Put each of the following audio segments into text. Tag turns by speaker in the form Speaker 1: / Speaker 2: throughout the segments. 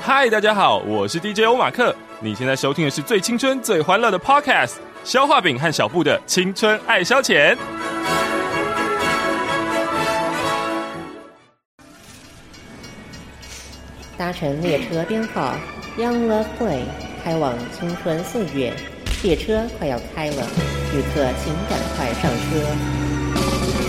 Speaker 1: 嗨，大家好，我是 DJ 欧马克。你现在收听的是最青春、最欢乐的 Podcast《消化饼和小布的青春爱消遣》。
Speaker 2: 搭乘列车编号 Young Love Play 开往青春岁月，列车快要开了，旅客请赶快上车。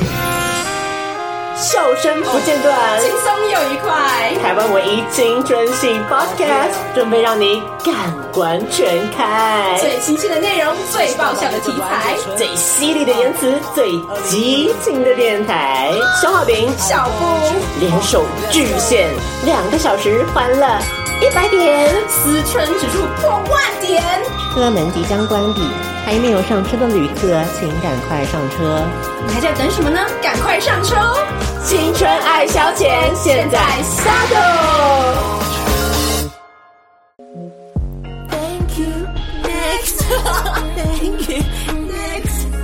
Speaker 3: 笑声不间断，
Speaker 4: 轻松又愉快。
Speaker 3: 台湾唯一青春系 Podcast，准备让你感官全开。
Speaker 4: 最新鲜的内容，最爆笑的题材，
Speaker 3: 最犀利的言辞，最激情的电台。小好饼、
Speaker 4: 小布
Speaker 3: 联手巨献两个小时，欢乐一百点，
Speaker 4: 思春指数破万点。
Speaker 2: 车门即将关闭，还没有上车的旅客，请赶快上车。
Speaker 4: 你还在等什么呢？赶快上车哦！
Speaker 3: 青春爱消遣，现在
Speaker 4: 撒狗。
Speaker 5: Thank you. Next. Thank you. Next.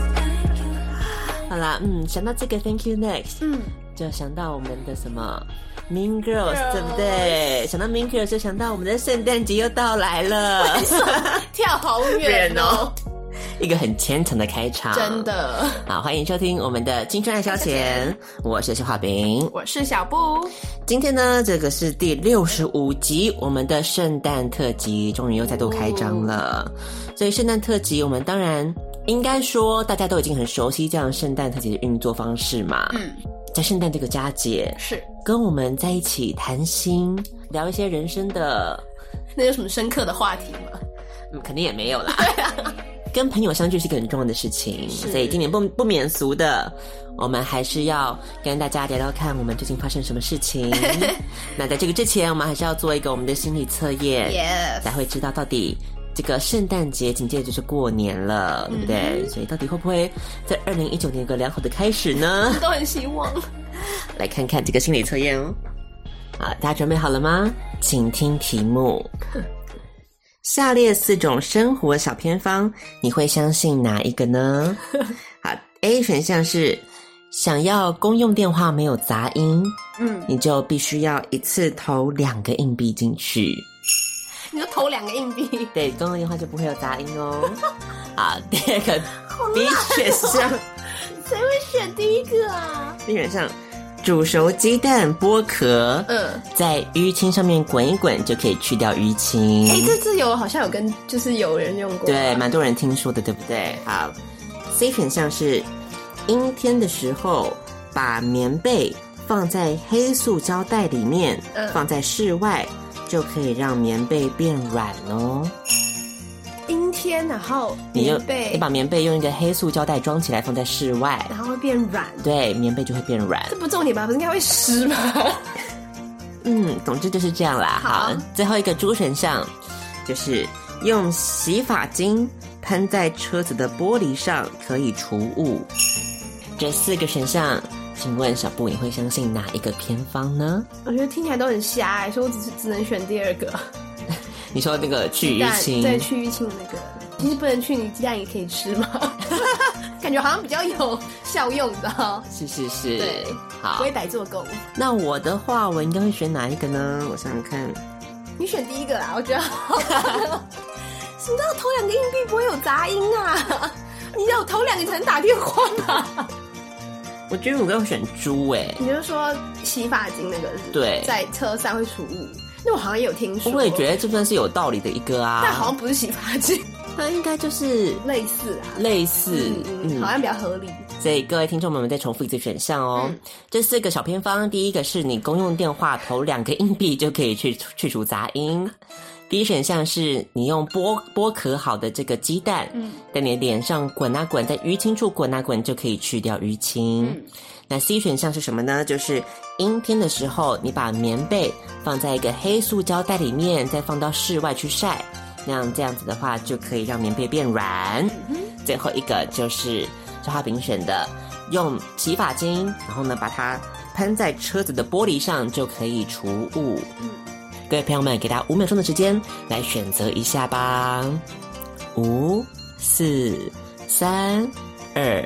Speaker 3: 好啦，嗯，想到这个 Thank you next，
Speaker 4: 嗯，
Speaker 3: 就想到我们的什么 Mean Girls，对不对？想到 Mean Girls，就想到我们的圣诞节又到来了，
Speaker 4: 跳好远哦，
Speaker 3: 一个很虔诚的开场，
Speaker 4: 真。的。
Speaker 3: 好，欢迎收听我们的《青春爱消遣》，我是谢画饼。
Speaker 4: 我是小布，
Speaker 3: 今天呢，这个是第六十五集，我们的圣诞特辑终于又再度开张了。所以圣诞特辑，我们当然应该说大家都已经很熟悉这样圣诞特辑的运作方式嘛。
Speaker 4: 嗯，
Speaker 3: 在圣诞这个佳节，
Speaker 4: 是。
Speaker 3: 跟我们在一起谈心，聊一些人生的，
Speaker 4: 那有什么深刻的话题吗？
Speaker 3: 嗯，肯定也没有啦。 跟朋友相聚是一个很重要的事情，
Speaker 4: 啊是
Speaker 3: 所以今年不不免俗的，我们还是要跟大家聊聊看我们最近发生什么事 情。那在这个之前，我们还是要做一个我们的心理测验
Speaker 4: Yes
Speaker 3: 才会知道到底这个圣诞节紧接着就是过年了，对不对？
Speaker 4: 嗯
Speaker 3: 所以到底会不会在二零一九年有个良好的开始呢？
Speaker 4: 都很希望。
Speaker 3: 来看看这个心理测验哦。好，大家准备好了吗？请听题 目：下列四种生活小偏方，你会相信哪一个 呢？好，A 选项是想要公用电话没有杂音，
Speaker 4: 嗯，
Speaker 3: 你就必须要一次投两个硬币进去。
Speaker 4: 你就投两个硬币，
Speaker 3: 对，公用电话就不会有杂音哦。 好，第二个 B 选项
Speaker 4: 谁会选第一个啊？
Speaker 3: ，B 选项煮熟鸡蛋剥壳。
Speaker 4: 嗯，
Speaker 3: 在淤青上面滚一滚就可以去掉淤青。
Speaker 4: 哎，这次有好像有跟就是有人用过，
Speaker 3: 对，蛮多人听说的，对不对？好，C 选项是阴天的时候把棉被放在黑塑胶袋里面，
Speaker 4: 嗯
Speaker 3: 放在室外就可以让棉被变软哦。
Speaker 4: 阴天，然后
Speaker 3: 你就
Speaker 4: 棉被
Speaker 3: 你把棉被用一个黑塑胶袋装起来放在室外，
Speaker 4: 然后会变软。
Speaker 3: 对，棉被就会变软
Speaker 4: 这。不重点吧？不是应该会湿吗？
Speaker 3: 嗯，总之就是这样啦。
Speaker 4: 好
Speaker 3: 最后一个猪选项就是用洗发精喷在车子的玻璃上，可以除雾。这四个选项，请问小布你会相信哪一个偏方呢？
Speaker 4: 我觉得听起来都很瞎哎、所以我只是只能选第二个。
Speaker 3: 你说那个去
Speaker 4: 但
Speaker 3: 淤青，
Speaker 4: 对，去淤青的那个，其实不能去，你鸡蛋也可以吃吗？ 感觉好像比较有效用的、哦，
Speaker 3: 是是是，
Speaker 4: 对，不
Speaker 3: 好
Speaker 4: 会。白做工。
Speaker 3: 那我的话，我应该会选哪一个呢？我想想看，
Speaker 4: 你选第一个啦，我觉得好 难哦。什么叫投两个硬币不会有杂音啊？你要投两个才能打电话吧？
Speaker 3: 我觉得我应该会选猪哎诶、
Speaker 4: 你就说洗发精那个是不是
Speaker 3: 对
Speaker 4: 在车上会除雾，那我好像也有听说，
Speaker 3: 我也觉，得这算是有道理的一个啊。嗯
Speaker 4: 但好像不是洗发精，
Speaker 3: 它应该就是
Speaker 4: 类似啊，
Speaker 3: 类似，
Speaker 4: 嗯，好像比较合理。
Speaker 3: 所以各位听众朋友们再重复一次选项哦。这四个小偏方，第一个是你公用电话投两个硬币就可以去去除杂音。第一选项是你用剥剥壳好的这个鸡蛋，在你的脸上滚啊滚，在淤青处滚啊滚，就可以去掉淤青。那 C 选项是什么呢？就是阴天的时候，你把棉被放在一个黑塑胶袋里面，再放到室外去晒，那样这样子的话，就可以让棉被变软。
Speaker 4: 哎
Speaker 3: 最后一个就是周花饼选的，用洗发精，然后呢把它喷在车子的玻璃上，就可以除雾。各位朋友们，给大家五秒钟的时间来选择一下吧。五、四、三、二、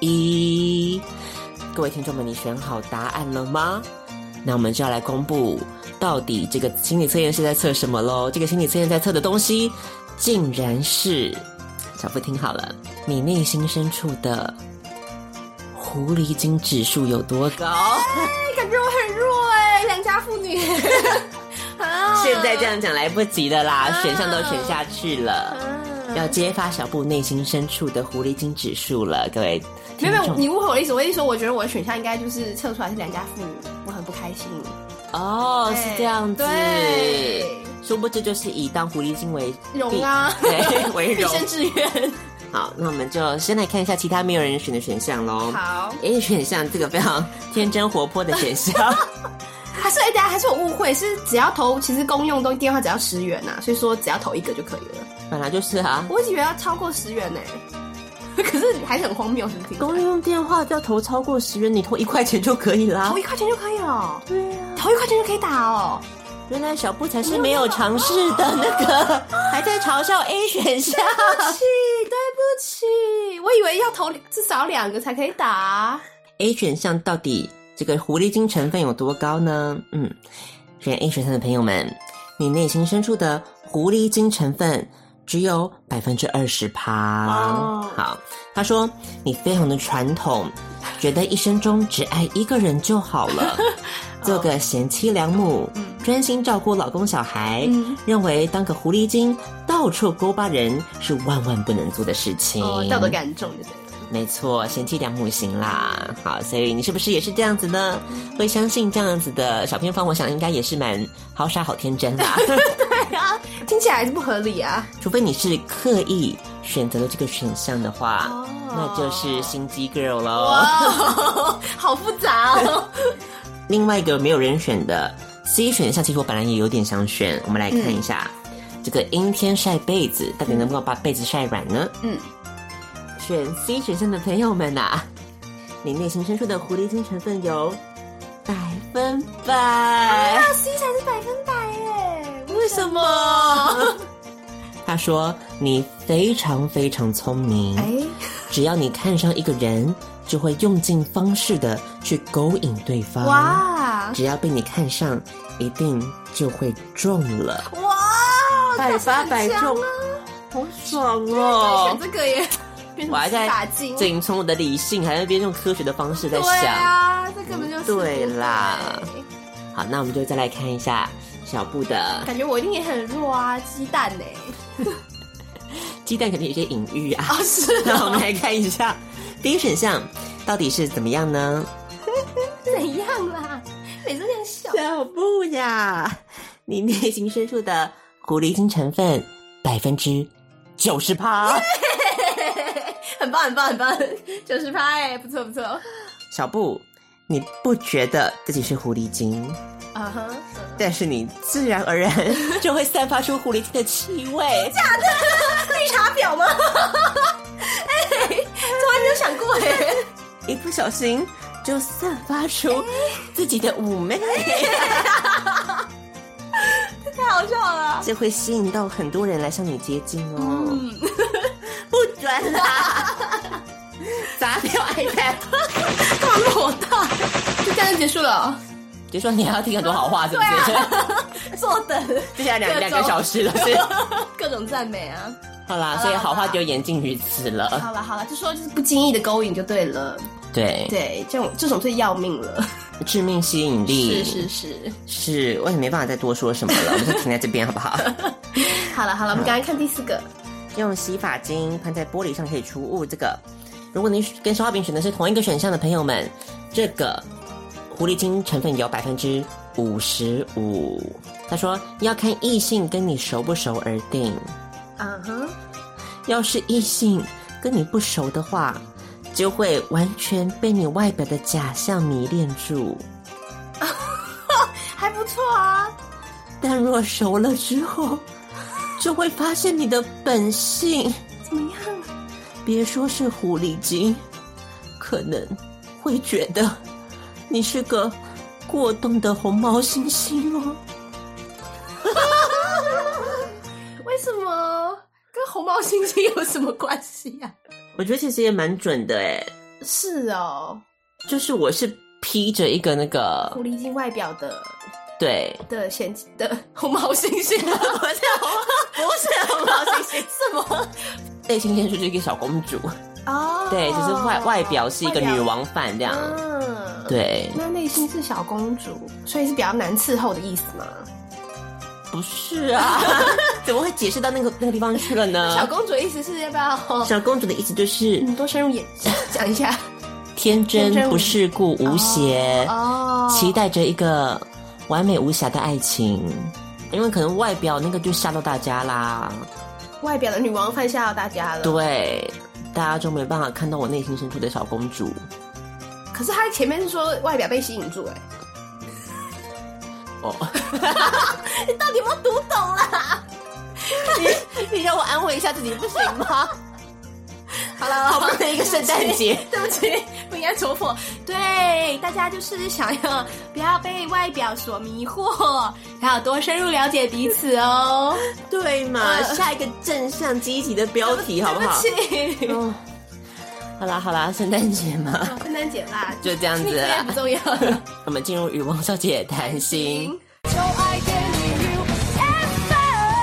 Speaker 3: 一。各位听众们，你选好答案了吗？那我们就要来公布，到底这个心理测验是在测什么喽？这个心理测验在测的东西，竟然是小付听好了，你内心深处的狐狸精指数有多 高？
Speaker 4: 哎，感觉我很弱哎、良家妇女。 啊，
Speaker 3: 现在这样讲来不及的啦，选项都选下去了，
Speaker 4: 啊
Speaker 3: 要揭发小布内心深处的狐狸精指数了，各位
Speaker 4: 没
Speaker 3: 听
Speaker 4: 有没有，
Speaker 3: 众
Speaker 4: 你误会我的意思。我的意思说，我觉得我的选项应该就是测出来是良家妇女，我很不开心。
Speaker 3: 哦，是这样子
Speaker 4: 哎对，
Speaker 3: 殊不知就是以当狐狸精为
Speaker 4: 荣啊
Speaker 3: 必 对，为
Speaker 4: 毕
Speaker 3: 荣。
Speaker 4: 生志愿。
Speaker 3: 好，那我们就先来看一下其他没有人选的选项喽。
Speaker 4: 好，
Speaker 3: A 选项这个非常天真活泼的选项，
Speaker 4: 还是哎，等一下还是我误会，是只要投，其实公用都电话只要十元啊呐、所以说只要投一个就可以了。
Speaker 3: 本来就是啊，
Speaker 4: 我一直以为要超过十元呢、 可是还是很荒谬，是不是？
Speaker 3: 公用电话要投超过十元，你投一块钱就可以啦
Speaker 4: 投。一块钱就可以了。对啊，投一块钱就可以打 哦。
Speaker 3: 原来小布才是没有尝试的那个，还在嘲笑 A 选项。
Speaker 4: 对不起，对不起，我以为要投至少两个才可以打。
Speaker 3: A 选项到底这个狐狸精成分有多高呢？嗯，选 A 选项的朋友们，你内心深处的狐狸精成分只有百分之二十趴。
Speaker 4: 哦
Speaker 3: 好，他说你非常的传统，觉得一生中只爱一个人就好 了，做个贤妻良母，专心照顾老公小孩，
Speaker 4: 哦嗯
Speaker 3: 认为当个狐狸精到处勾搭人是万万不能做的事情。
Speaker 4: 哦，道德感很重， 对不对？
Speaker 3: 没错，贤妻良母型啦。好，所以你是不是也是这样子呢？会相信这样子的小偏方，我想应该也是蛮好傻好天 真啦。
Speaker 4: 对啊，听起来还是不合理啊。
Speaker 3: 除非你是刻意选择了这个选项的话，
Speaker 4: 哦
Speaker 3: 那就是心机 girl
Speaker 4: 哇
Speaker 3: 喽。，
Speaker 4: 好复杂哦。
Speaker 3: 另外一个没有人选的 C 选项，其实我本来也有点想选，我们来看一下、这个阴天晒被子，到底能不能把被子晒软呢？
Speaker 4: 嗯，
Speaker 3: 选 C 选项的朋友们呐、啊你内心深处的狐狸精成分有百分百。
Speaker 4: C 才是百分百耶，
Speaker 3: 为什么？ 他说你非常非常聪明，
Speaker 4: 哎，
Speaker 3: 只要你看上一个人，就会用尽方式的去勾引对方。
Speaker 4: 哎哇
Speaker 3: 只要被你看上，一定就会中了，
Speaker 4: 哇，
Speaker 3: 百发百中
Speaker 4: 这是，
Speaker 3: 好爽
Speaker 4: 很强啊！
Speaker 3: 哦
Speaker 4: 选！这个耶，变
Speaker 3: 我还
Speaker 4: 成
Speaker 3: 在
Speaker 4: 打金。
Speaker 3: 仅从我的理性，还在那边用科学的方式在想。嗯
Speaker 4: 对啊，这根本就是
Speaker 3: 对啦
Speaker 4: 不对
Speaker 3: 好，那我们就再来看一下小布的
Speaker 4: 感觉我一定也很弱啊，鸡蛋呢？
Speaker 3: 鸡蛋，可能有些隐喻啊。
Speaker 4: 啊是
Speaker 3: 那我们来看一下第一选项到底是怎么样呢？
Speaker 4: 怎样啦？每次这样笑，
Speaker 3: 小布呀，你内心深处的狐狸精成分百分之九十趴。
Speaker 4: 很棒很棒很棒，九十趴哎，不错不错。
Speaker 3: 小布，你不觉得自己是狐狸精，
Speaker 4: 啊哈，
Speaker 3: 但是你自然 而然就会散发出狐狸精的气味。
Speaker 4: 绿茶婊吗？哎，从来没有想过哎。
Speaker 3: 一不小心就散发出
Speaker 4: 哎
Speaker 3: 自己的妩媚，
Speaker 4: 太好笑了。
Speaker 3: 这会吸引到很多人来向你接近哦。
Speaker 4: 嗯，
Speaker 3: 不准啊 啦！砸掉 iPad，
Speaker 4: 干嘛那么火大？就这样就结束了哦、
Speaker 3: 就说你还要听很多好话，是不是？
Speaker 4: 对啊，坐等
Speaker 3: 接下来两
Speaker 4: 各种
Speaker 3: 两个小 时了，是。
Speaker 4: 各种赞美啊。
Speaker 3: 好啦，所以好话就言尽于此了。
Speaker 4: 好了好了，就说就是不经意的勾引就对了。
Speaker 3: 对，
Speaker 4: 对，这种这种最要命了。
Speaker 3: 致命吸引力
Speaker 4: 是是是。
Speaker 3: 是我也没办法再多说什么了，我们就停在这边好不好？
Speaker 4: 好了好了，我们赶快看第四个。
Speaker 3: 用洗发精喷在玻璃上可以除雾。这个，如果你跟烧饼选的是同一个选项的朋友们，这个狐狸精成分有百分之五十五。他说要看异性跟你熟不熟而定，
Speaker 4: 嗯哼，
Speaker 3: 要是异性跟你不熟的话，就会完全被你外表的假象迷恋住。
Speaker 4: 还不错啊。
Speaker 3: 但若熟了之后， 就会发现你的本性。
Speaker 4: 怎么样？
Speaker 3: 别说是狐狸精，可能会觉得你是个过动的红毛猩猩哦。
Speaker 4: 为什么跟红毛猩猩有什么关系呀、啊
Speaker 3: 我觉得其实也蛮准的哎，
Speaker 4: 是哦，
Speaker 3: 就是我是。披着一个那个
Speaker 4: 狐狸精外表的
Speaker 3: 对，
Speaker 4: 的显的红毛猩猩，不是红，不是红毛猩猩，什么？
Speaker 3: 内心深处就是一个小公主，
Speaker 4: 哦，
Speaker 3: 对，就是外外表是一个
Speaker 4: 外表
Speaker 3: 女王范这样，
Speaker 4: 嗯，。
Speaker 3: 对，
Speaker 4: 那内心是小公主，所以是比较难伺候的意思吗？
Speaker 3: 不是啊， 怎么会解释到那个那个地方去了呢？
Speaker 4: 小公主的意思是要 不要？嗯
Speaker 3: 小公主的意思就是
Speaker 4: 你多深入演讲 一下
Speaker 3: 天真
Speaker 4: 天真无
Speaker 3: 不世故无邪，
Speaker 4: 哦
Speaker 3: 期待着一个完美无瑕的爱情。因为可能外表那个就吓到大家啦，
Speaker 4: 外表的女王犯吓到大家了。，
Speaker 3: 对，大家就没办法看到我内心深处的小公主。
Speaker 4: 可是她前面是说外表被吸引住、哎，
Speaker 3: 哦，
Speaker 4: 你到底有没有读懂啦？
Speaker 3: 你 让我安慰一下自己不行吗？
Speaker 4: 好了，好棒
Speaker 3: 的一个圣诞节，
Speaker 4: 对不起，不应该戳破。对，大家就是想要不要被外表所迷惑，还要多深入了解彼此哦。
Speaker 3: 对嘛，下一个正向积极的标题嗯好不好？
Speaker 4: 对不起，
Speaker 3: 哦，好啦好啦，圣诞节嘛，
Speaker 4: 圣诞节啦，
Speaker 3: 就这样子
Speaker 4: 这也
Speaker 3: 啦
Speaker 4: 不。重要。
Speaker 3: 我们进入与王小姐谈心。
Speaker 5: 就爱给你 UFO。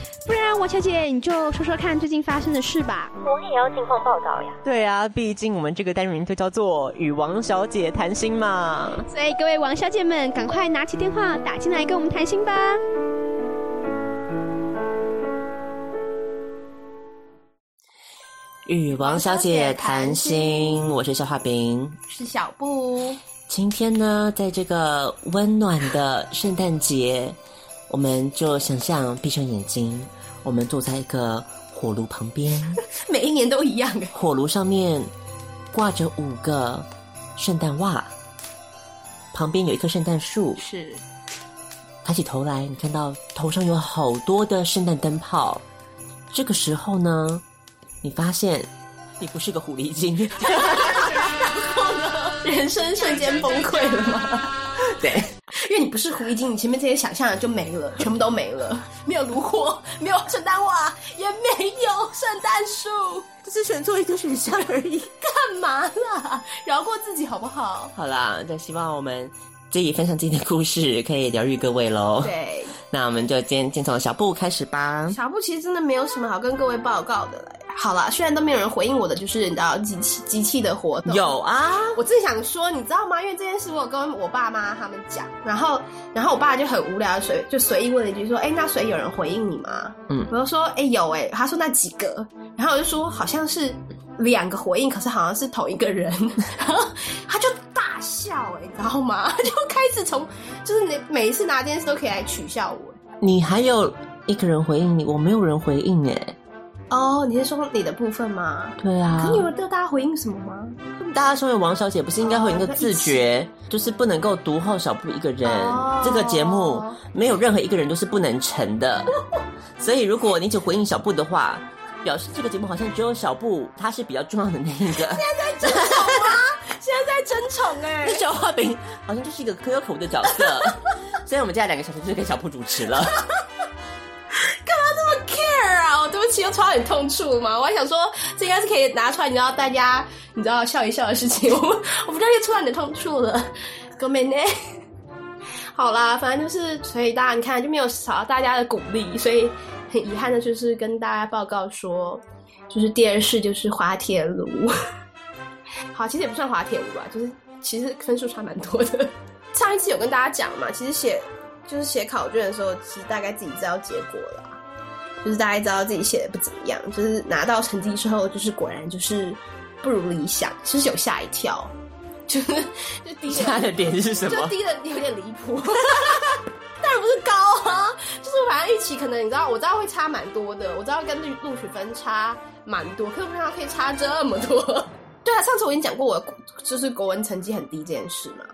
Speaker 6: 不然啊王小姐你就说说看最近发生的事吧。
Speaker 7: 我也要近况报道呀。
Speaker 8: 对啊，毕竟我们这个单元就叫做与王小姐谈心嘛。
Speaker 6: 所以各位王小姐们，赶快拿起电话打进来跟我们谈心吧。
Speaker 3: 与王小姐谈心，我是肖画饼。
Speaker 4: 是小布，
Speaker 3: 今天呢，在这个温暖的圣诞节，我们就想象闭上眼睛，我们坐在一个火炉旁边，
Speaker 4: 每一年都一样哎。
Speaker 3: 火炉上面挂着五个圣诞袜，旁边有一棵圣诞树。
Speaker 4: 是，
Speaker 3: 抬起头来，你看到头上有好多的圣诞灯泡。这个时候呢，你发现你不是个狐狸精，
Speaker 4: 人生瞬间崩溃了吗？
Speaker 3: 对，
Speaker 4: 因为你不是狐狸精，你前面这些想象的就没了，全部都没了，没有炉火，没有圣诞袜，也没有圣诞树，
Speaker 3: 只是选错一个选项而已。
Speaker 4: 干嘛啦？饶过自己好不好？
Speaker 3: 好啦，那希望我们自己分享自己的故事，可以疗愈各位喽。
Speaker 4: 对，
Speaker 3: 那我们就今天先从小布开始吧。
Speaker 4: 小布其实真的没有什么好跟各位报告的了。好啦，虽然都没有人回应我的，就是你知道集气集气的活动
Speaker 3: 有啊，
Speaker 4: 我正想说，你知道吗？因为这件事，我有跟我爸妈他们讲，然后，然后我爸就很无聊，随就随意问了一句说：“哎、那所以有人回应你吗？”
Speaker 3: 嗯
Speaker 4: 我就说：“哎、有哎、他说：“那几个？”然后我就说：“好像是两个回应，可是好像是同一个人。” 然后他就大笑、哎，你知道吗？ 他就开始从就是你每一次拿这件事都可以来取笑我。
Speaker 3: 你还有一个人回应你，我没有人回应哎、
Speaker 4: 哦，你是说你的部分吗？
Speaker 3: 对啊
Speaker 4: 可，你有得大家回应什么 吗？
Speaker 3: 大家身为王小姐，不是应该会有一个自觉，就是不能够独后小布一个人。
Speaker 4: 哦
Speaker 3: 这个节目没有任何一个人都是不能成的， 所以如果你只回应小布的话，表示这个节目好像只有小布他是比较重要的那一个。
Speaker 4: 啊现在在争宠 哎、
Speaker 3: 那小画饼好像就是一个可有可无的角 色，所以我们接下来两个小时就给小布主持了。
Speaker 4: care 啊！我对不起，又戳到你痛处嘛。我还想说，这应该是可以拿出来，你知道大家，你知道笑一笑的事情。我我不知道又戳到你的痛处了，哥妹呢？哎 好啦，反正就是，所以大家你看就没有少到大家的鼓励，所以很遗憾的就是跟大家报告说，就是第二世就是滑铁卢。 好，其实也不算滑铁卢吧，就是其实分数差蛮多的。 上一次有跟大家讲嘛，其实写就是写考卷的时候，其实大概自己知道结果了。就是大家知道自己写的不怎么样，就是拿到成绩之后，就是果然就是不如理想，就是有吓一跳， 就是就低
Speaker 3: 他的点是什
Speaker 4: 就
Speaker 3: 么？
Speaker 4: 低的有点离谱， 当然不是高啊，就是反正预期可能你知道，我知道会差 蛮多的，我知道跟录录取分差蛮多，可是我没想到可以差这么多，对啊，上次我已经讲过我的国就是国文成绩很低这件事嘛。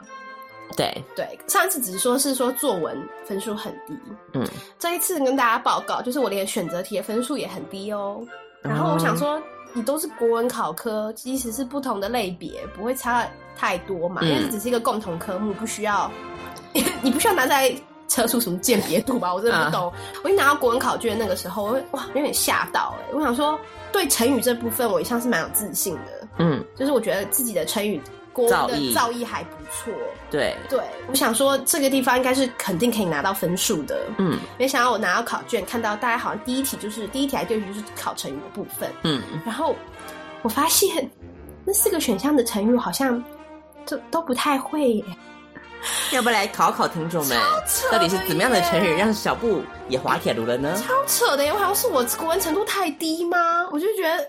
Speaker 3: 对，
Speaker 4: 对，上次只是说是说作文分数很低，
Speaker 3: 嗯，
Speaker 4: 这一次跟大家报告，就是我连选择题的分数也很低哦。然后我想说，你都是国文考科，即使是不同的类别，不会差太多嘛，
Speaker 3: 嗯
Speaker 4: 因为这只是一个共同科目，不需要， 你不需要拿在测出什么鉴别度吧？我真
Speaker 3: 啊
Speaker 4: 的不懂。我一拿到国文考卷那个时候，我哇有点吓到哎、我想说，对成语这部分我一向是蛮有自信的，
Speaker 3: 嗯，
Speaker 4: 就是我觉得自己的成语国文
Speaker 3: 造
Speaker 4: 的
Speaker 3: 诣
Speaker 4: 造诣还不错。
Speaker 3: 对，
Speaker 4: 对，我想说这个地方应该是肯定可以拿到分数的。
Speaker 3: 嗯
Speaker 4: 没想到我拿到考卷，看到大家好像第一题就是第一题还对就是考成语的部分，
Speaker 3: 嗯，
Speaker 4: 然后我发现那四个选项的成语好像都都不太会耶。
Speaker 3: 要不要来考考听众们，到底是怎么样的成语让小布也滑铁卢了呢？
Speaker 4: 超扯的耶！我好像是我国文程度太低吗？我就觉得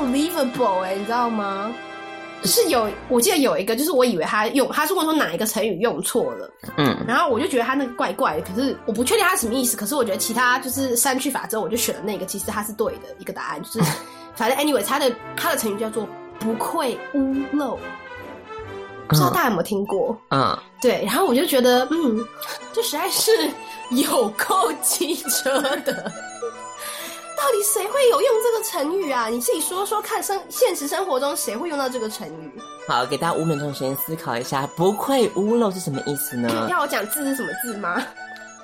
Speaker 4: unbelievable 哎、你知道吗？是有，我记得有一个，就是我以为他用，他是问说哪一个成语用错了，
Speaker 3: 嗯
Speaker 4: 然后我就觉得他那个怪怪的，可是我不确定他什么意思。可是我觉得其他就是删去法之后，我就选了那个，其实他是对的一个答案，就是反正 anyway，他的他的成语叫做不愧屋漏，不知道大家有没有听过？
Speaker 3: 嗯，
Speaker 4: 对，然后我就觉得，嗯，这实在是有够机车的。 到底谁会有用这个成语啊？你自己说说看生，现实生活中谁会用到这个成语？
Speaker 3: 好，给大家五秒钟的时间思考一下，不愧屋漏是什么意思 呢？
Speaker 4: 要我讲字是什么字吗？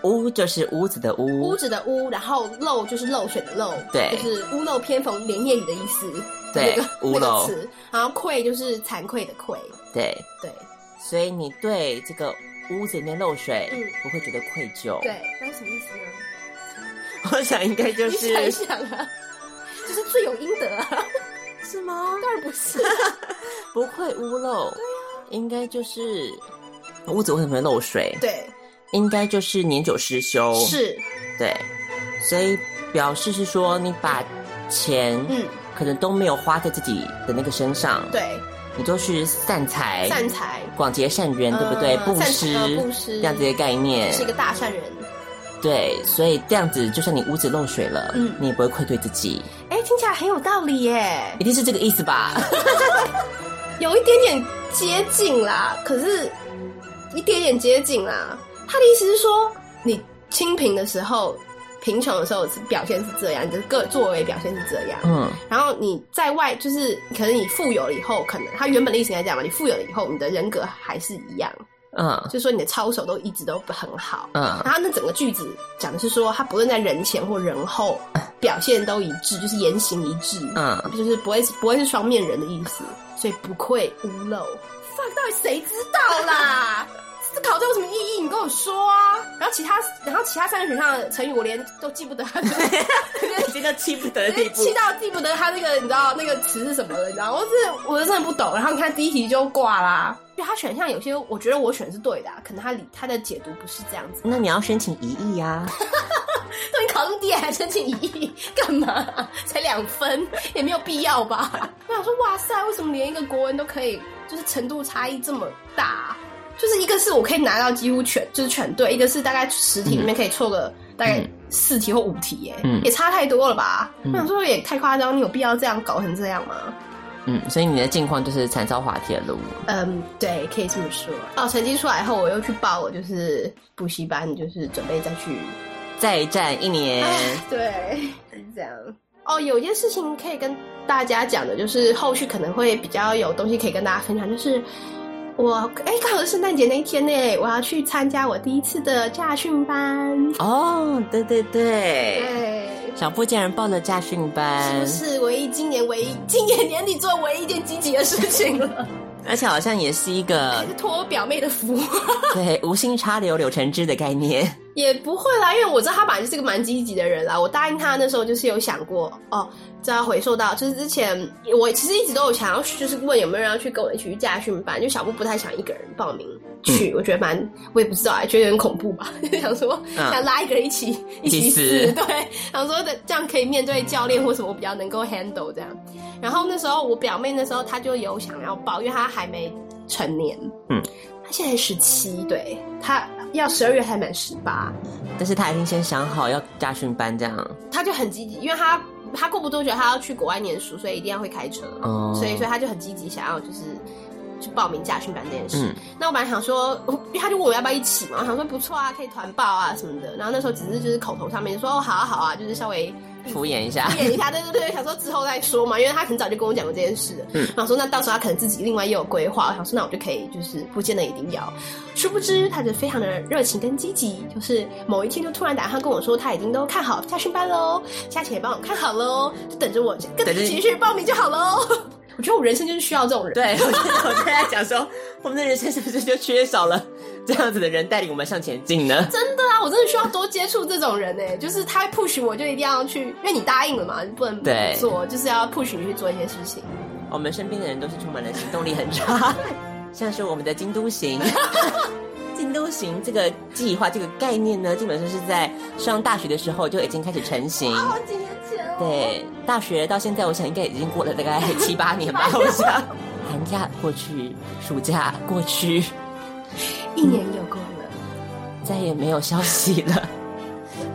Speaker 3: 屋就是屋子的
Speaker 4: 屋
Speaker 3: 屋，
Speaker 4: 子的屋，然后漏就是漏水的漏，
Speaker 3: 对
Speaker 4: 就是屋漏偏逢连夜雨的意思，
Speaker 3: 对
Speaker 4: 那个
Speaker 3: 屋
Speaker 4: 那个
Speaker 3: 漏
Speaker 4: 词，然后愧就是惭愧的愧，
Speaker 3: 对，
Speaker 4: 对
Speaker 3: 所以你对这个屋子里面漏水
Speaker 4: 嗯
Speaker 3: 不会觉得愧疚。
Speaker 4: 对，，那什么意思啊呢？
Speaker 3: 我想应该就
Speaker 4: 你
Speaker 3: 是
Speaker 4: 想一想啊，就是罪有应得啊，
Speaker 3: 是吗？
Speaker 4: 当然 不是，
Speaker 3: 不愧屋漏，对呀、应该就是屋子为什么会漏水？，
Speaker 4: 对，
Speaker 3: 应该就是年久失修，
Speaker 4: 是，
Speaker 3: 对，所以表示是说你把钱
Speaker 4: 嗯，
Speaker 3: 可能都没有花在自己的那个身上，，
Speaker 4: 对，
Speaker 3: 你都是散财，
Speaker 4: 善财
Speaker 3: 广结善缘，哎对不对？
Speaker 4: 嗯
Speaker 3: 布
Speaker 4: 善
Speaker 3: 施，
Speaker 4: 呃布施
Speaker 3: 这样子的概念，
Speaker 4: 是一个大善人，
Speaker 3: 对，所以这样子，就算你屋子漏水了，
Speaker 4: 嗯
Speaker 3: 你也不会愧对自己，
Speaker 4: 哎，听起来很有道理耶
Speaker 3: 一，定是这个意思吧？
Speaker 4: 有一点点接近啦，可是一点点接近啦。他的意思是说，你清贫的时候、贫穷的时候是表现是这样，你的个作为表现是这样。
Speaker 3: 嗯，
Speaker 4: 然后你在外就是，可能你富有了以后，可能他原本的意思应该这样嘛，你富有了以后，你的人格还是一样，
Speaker 3: 嗯
Speaker 4: 就是说你的操守都一直都很好。
Speaker 3: 嗯，
Speaker 4: 然后那整个句子讲的是说，他不论在人前或人后表现都一致，就是言行一致。
Speaker 3: 嗯，
Speaker 4: 就是不会是不会是双面人的意思，所以不愧屋漏。fuck，到底谁知道啦？ 思考这有什么意义？你跟我说啊。然后其他，然后其他三个选项的成语我连都记不得，
Speaker 3: 已经到气不得
Speaker 4: 直接气到记不得他那个你知道那个词是什么了，你知道？我是我真的不懂。然后你看第一题就挂啦。就他选项有些，我觉得我选是对的啊、可能他理他的解读不是这样子。
Speaker 3: 那你要申请一亿啊 呀、
Speaker 4: 都已经考那么低了，还申请一亿干嘛、才两分，也没有必要吧？ 我想说，哇塞，为什么连一个国文都可以，就是程度差异这么大啊、就是一个是我可以拿到几乎全，就是全对；一个是大概十题里面可以错个大概
Speaker 3: 嗯
Speaker 4: 四题或五题、耶、
Speaker 3: 嗯
Speaker 4: 也差太多了吧？
Speaker 3: 嗯
Speaker 4: 我想说，也太夸张，你有必要这样搞成这样吗？
Speaker 3: 嗯，所以你的近况就是惨遭滑铁卢。
Speaker 4: 嗯，对，可以这么说。哦，成绩出来后，我又去报了就是补习班，就是准备再去
Speaker 3: 再战一 年，
Speaker 4: 对，是这样。哦，有一件事情可以跟大家讲的，就是后续可能会比较有东西可以跟大家分享，就是我哎，刚好是圣诞节那一天呢，我要去参加我第一次的驾训班。
Speaker 3: 哦，对对对，
Speaker 4: 对，
Speaker 3: 小布竟然报了驾训
Speaker 4: 嗯是
Speaker 3: 班
Speaker 4: 不，是唯一今年唯一今年年底做唯一一件积极的事情了？
Speaker 3: 而且好像也是一个
Speaker 4: 还是托我表妹的福？
Speaker 3: 对无心插柳柳成枝的概念。
Speaker 4: 也不会啦，因为我知道他本来就是个蛮积极的人啦。我答应他那时候就是有想过哦，这要回溯到就是之前我其实一直都有想要就是问有没有人要去跟我一起去驾训班，就小布不太想一个人报名去，我觉得蛮我也不知道哎，觉得有点恐怖吧， 就想说、
Speaker 3: 嗯
Speaker 4: 想拉一个人一起
Speaker 3: 一起死
Speaker 4: 对，想说的这样可以面对教练或什么我比较能够 handle 这样。然后那时候我表妹那时候她就有想要报，因为她还没成年，
Speaker 3: 嗯，
Speaker 4: 她现在十七，对她要十二月才满十八。
Speaker 3: 但是他已经先想好要驾训班这样，
Speaker 4: 他就很积极，因为他他过不多久他要去国外念书，所以一定要会开车，
Speaker 3: 哦
Speaker 4: 所以所以他就很积极想要就是去报名驾训班这件事。
Speaker 3: 嗯
Speaker 4: 那我本来想说，我因为他就问我要不要一起嘛，我想说不错啊，可以团报啊什么的。然后那时候只是就是口头上面说哦好啊好啊，就是稍微
Speaker 3: 敷衍一下
Speaker 4: 敷，衍一下，对对对，想说之后再说嘛，因为他很早就跟我讲过这件事了。
Speaker 3: 嗯
Speaker 4: 然后说那到时候他可能自己另外也有规划，我想说那我就可以就是不见得一定要。殊不知他就非常的热情跟积极，就是某一天就突然打电话跟我说他已经都看好驾训班喽，佳琪也帮我看好喽，就等着我跟着一起去报名就好喽。我觉得我人生就是需要这种 人，
Speaker 3: 对，我就我就在想说，我们的人生是不是就缺少了这样子的人带领我们向前进呢？
Speaker 4: 真的啊，我真的需要多接触这种人呢、就是他 push 我就一定要去，因为你答应了嘛，你不能不
Speaker 3: 对
Speaker 4: 做，就是要 push 你去做一些事情。
Speaker 3: 我们身边的人都是充满了行动力很差，像是我们的京都行。 京都行这个计划、这个概念呢，基本上是在上大学的时候就已经开始成型。
Speaker 4: 好几年前哦，
Speaker 3: 对，大学到现在，我想应该已经过了大概七八年吧。我想，寒假过去，暑假过去，
Speaker 4: 一年有过了。
Speaker 3: 再也没有消息了。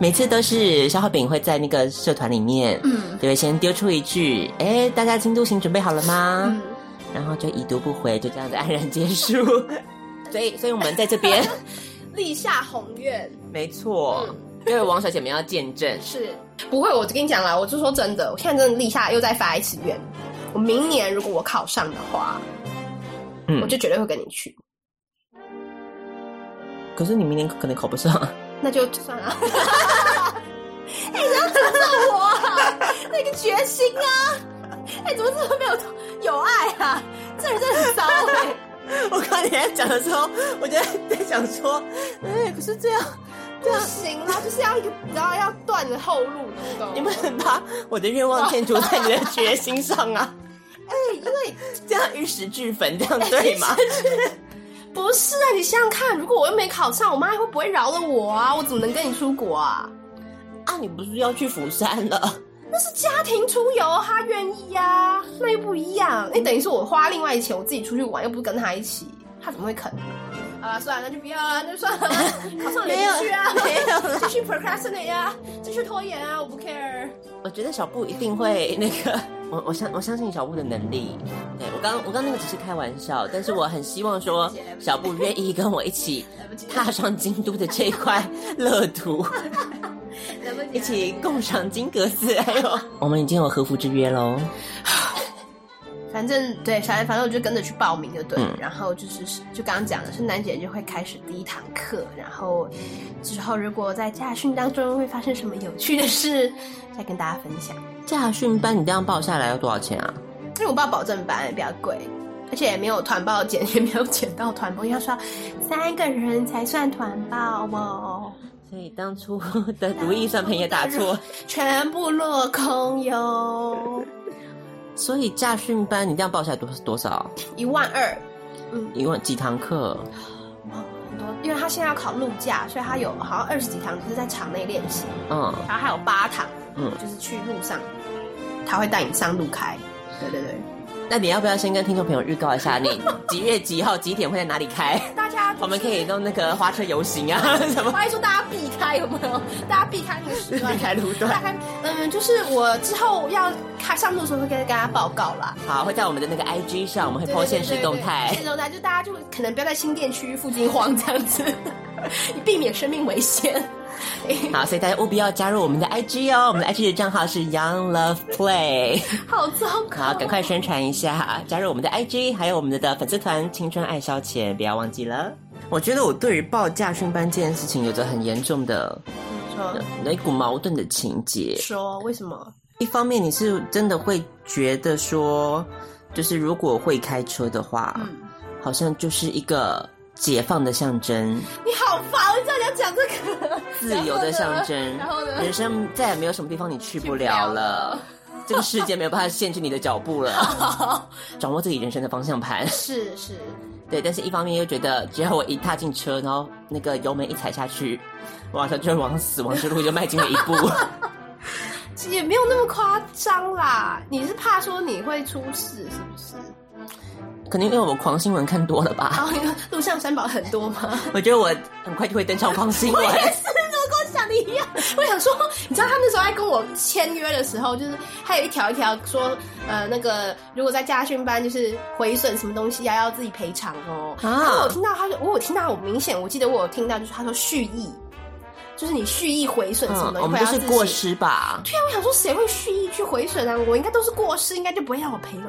Speaker 3: 每次都是消化饼会在那个社团里面，嗯，就会先丢出一句：“哎，大家京都行准备好了吗？”
Speaker 4: 嗯
Speaker 3: 然后就已读不回，就这样子黯然结束。 所以，所以我们在这边，
Speaker 4: 立下宏愿
Speaker 3: 没错，因为王小姐们要见证，
Speaker 4: 是不会。我跟你讲啦，我就说真的，我现在真的立下又再发一次愿。我明年如果我考上的话，
Speaker 3: 嗯
Speaker 4: 我就绝对会跟你去。
Speaker 3: 可是你明年可能考不上，
Speaker 4: 那就算 了。哎、你要诅咒我、啊，那个决心啊！哎、怎么这么没有有爱啊？这人真的很骚哎、
Speaker 3: 我刚才在讲的时候，我就在想说，哎、可是这样，
Speaker 4: 不 行啦，就是要一个，你知道要断了后路，你懂吗？
Speaker 3: 你不能把我的愿望建筑在你的决心上啊！
Speaker 4: 哎、因为
Speaker 3: 这样玉石俱焚，这样对吗？
Speaker 4: 不是啊，你想想看，如果我又没考上，我妈会不会饶了我啊？我怎么能跟你出国啊？
Speaker 3: 啊，你不是要去釜山了？
Speaker 4: 那是家庭出游，她愿意呀、那又不一样。哎那等于是我花另外的钱，我自己出去玩，又不是跟她一起，她怎么会肯？啊，算了，那就不要了，那就 算了，考上了也不去啊，
Speaker 3: 没有没有啦
Speaker 4: 继续 procrastinate 呀、继续拖延啊，我不 care。
Speaker 3: 我觉得小布一定会那个， 我我相我相信小布的能力。对我刚我刚那个只是开玩笑，但是我很希望说小布愿意跟我一起踏上京都的这一块乐土，一起共赏金阁寺，哎还有我们已经有和服之约喽。
Speaker 4: 反正对，反正反正我就跟着去报名就对了。
Speaker 3: 嗯
Speaker 4: 然后就是就刚刚讲的，圣诞节就会开始第一堂课，然后之后如果在驾训当中会发生什么有趣的事，再跟大家分享。
Speaker 3: 驾训班你这样报下来要多少钱啊？
Speaker 4: 因为我报保证班也比较贵，而且也没有团报减，也没有减到团报，因为他说三个人才算团报哦，
Speaker 3: 所以当初的如意算盘也打错，
Speaker 4: 全部落空哟，
Speaker 3: 所以驾训班你这样报下来多多少？
Speaker 4: 一万二。
Speaker 3: 一万几堂课？
Speaker 4: 很多，因为他现在要考路驾，所以他有好像二十几堂，就是在场内练习。
Speaker 3: 嗯，
Speaker 4: 然后还有八堂，
Speaker 3: 嗯
Speaker 4: 嗯，就是去路上，他会带你上路开。对对对，
Speaker 3: 那你要不要先跟听众朋友预告一下，你几月几号几点会在哪里 开？
Speaker 4: 大家
Speaker 3: 我们可以弄那个花车游行啊， 什么？
Speaker 4: 欢迎说大家避开有没有？ 大家避开那个时段，
Speaker 3: 避开路段
Speaker 4: 大概嗯，就是我之后要开上路的时候会跟大家报告啦。
Speaker 3: 好，会在我们的那个 IG 上，我们会
Speaker 4: 对
Speaker 3: po
Speaker 4: 对
Speaker 3: 现实动态
Speaker 4: 对对对。现实动态就大家就可能不要在新店区附近晃这样子，以避免生命危险。
Speaker 3: 好，所以大家务必要加入我们的 IG 哦，我们的 IG 的账号是 Young Love Play。
Speaker 4: 好糟糕，
Speaker 3: 好，赶快宣传一下，加入我们的 IG，还有我们的粉丝团“青春爱消遣”，不要忘记了。我觉得我对于报驾训班这件事情有着很严重的呃
Speaker 4: 说
Speaker 3: 有一股矛盾的情节。
Speaker 4: 说为什么？
Speaker 3: 一方面，你是真的会觉得说，就是如果会开车的话，
Speaker 4: 嗯
Speaker 3: 好像就是一个解放的象征，
Speaker 4: 你好烦，我知道你要讲这个
Speaker 3: 自由的象征。
Speaker 4: 然后呢？然后 呢
Speaker 3: 人生再也没有什么地方你去不
Speaker 4: 去
Speaker 3: 了
Speaker 4: 不了
Speaker 3: 了
Speaker 4: 了，
Speaker 3: 这个世界没有办法限制你的脚步 了。掌握自己人生的方向盘，
Speaker 4: 是是，
Speaker 3: 对。但是一方面又觉得，只要我一踏进车，然后那个油门一踩下去，我好像就往死亡之路就迈进了一 步。
Speaker 4: 也没有那么夸张啦。你是怕说你会出事是不是？
Speaker 3: 可能因为我狂新闻看多了吧。
Speaker 4: 然后因为路上三宝很多吗？
Speaker 3: 我觉得我很快就会登上黄新闻。
Speaker 4: 是，我跟我想的一样，我想说，你知道他那时候在跟我签约的时候，就是他有一条一条说，呃，那个如果在家训班就是毁损什么东西啊，要自己赔偿哦。
Speaker 3: 啊
Speaker 4: 然后我听到他，哦我有听到，我明显我记得我有听到，就是他说蓄意，就是你蓄意毁损什
Speaker 3: 嗯，
Speaker 4: 么东西，
Speaker 3: 我们都
Speaker 4: 会要
Speaker 3: 是
Speaker 4: 自己
Speaker 3: 过失 吧？
Speaker 4: 对啊，我想说谁会蓄意去毁损啊？我应该都是过失，应该就不会让我赔了。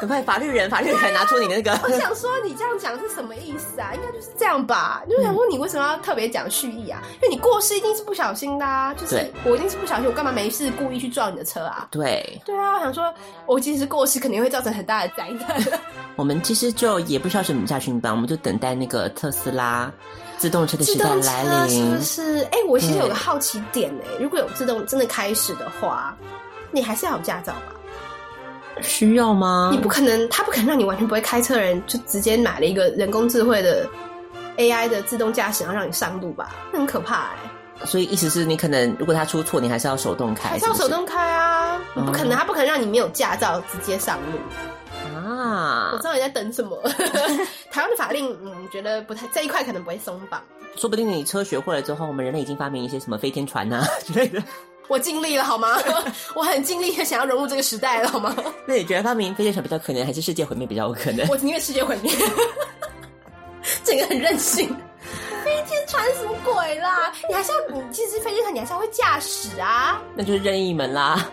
Speaker 3: 赶快，法律人，法律人，拿出你的那
Speaker 4: 我
Speaker 3: 个。
Speaker 4: 想说你这样讲是什么意思啊？应该就是这样吧？就想说你为什么要特别讲蓄意啊？因为你过失一定是不小心的啊，就是
Speaker 3: 对
Speaker 4: 我一定是不小心，我干嘛没事故意去撞你的车啊？
Speaker 3: 对，
Speaker 4: 对啊，我想说，我即使是过失，肯定会造成很大的灾难。啊
Speaker 3: 我们其实就也不需要什么驾训班，我们就等待那个特斯拉自动车的
Speaker 4: 自
Speaker 3: 时代
Speaker 4: 动
Speaker 3: 来
Speaker 4: 车是
Speaker 3: 临
Speaker 4: 不。是？哎、我其实有个好奇点哎、如果有自动真的开始的话，你还是要有驾照吧？
Speaker 3: 需要吗
Speaker 4: 你？不可能，他不可能让你完全不会开车的人就直接买了一个人工智慧的 AI 的自动驾驶，然后让你上路吧？那很可怕哎、
Speaker 3: 所以意思是你可能如果他出错，你还是要手动开，
Speaker 4: 还是
Speaker 3: 是
Speaker 4: 要
Speaker 3: 不是
Speaker 4: 手动开啊！你不可能，
Speaker 3: 嗯
Speaker 4: 他不可能让你没有驾照直接上路。
Speaker 3: 啊
Speaker 4: 我知。道你在等什 么。台湾的法令，嗯，觉得不太这一块可能不会松绑。
Speaker 3: 说不定你车学会了之后，我们人类已经发明一些什么飞天船啊 之类的。
Speaker 4: 我尽力了好 吗？我很尽力的想要融入这个时代了好 吗？
Speaker 3: 那你觉得发明飞天船比较可能，还是世界毁灭比较有可能？
Speaker 4: 我宁愿世界毁 灭，整个很任性。飞天船什么鬼啦？你还是要，你其实飞天船你还是要会驾驶啊。
Speaker 3: 那就是任意门啦。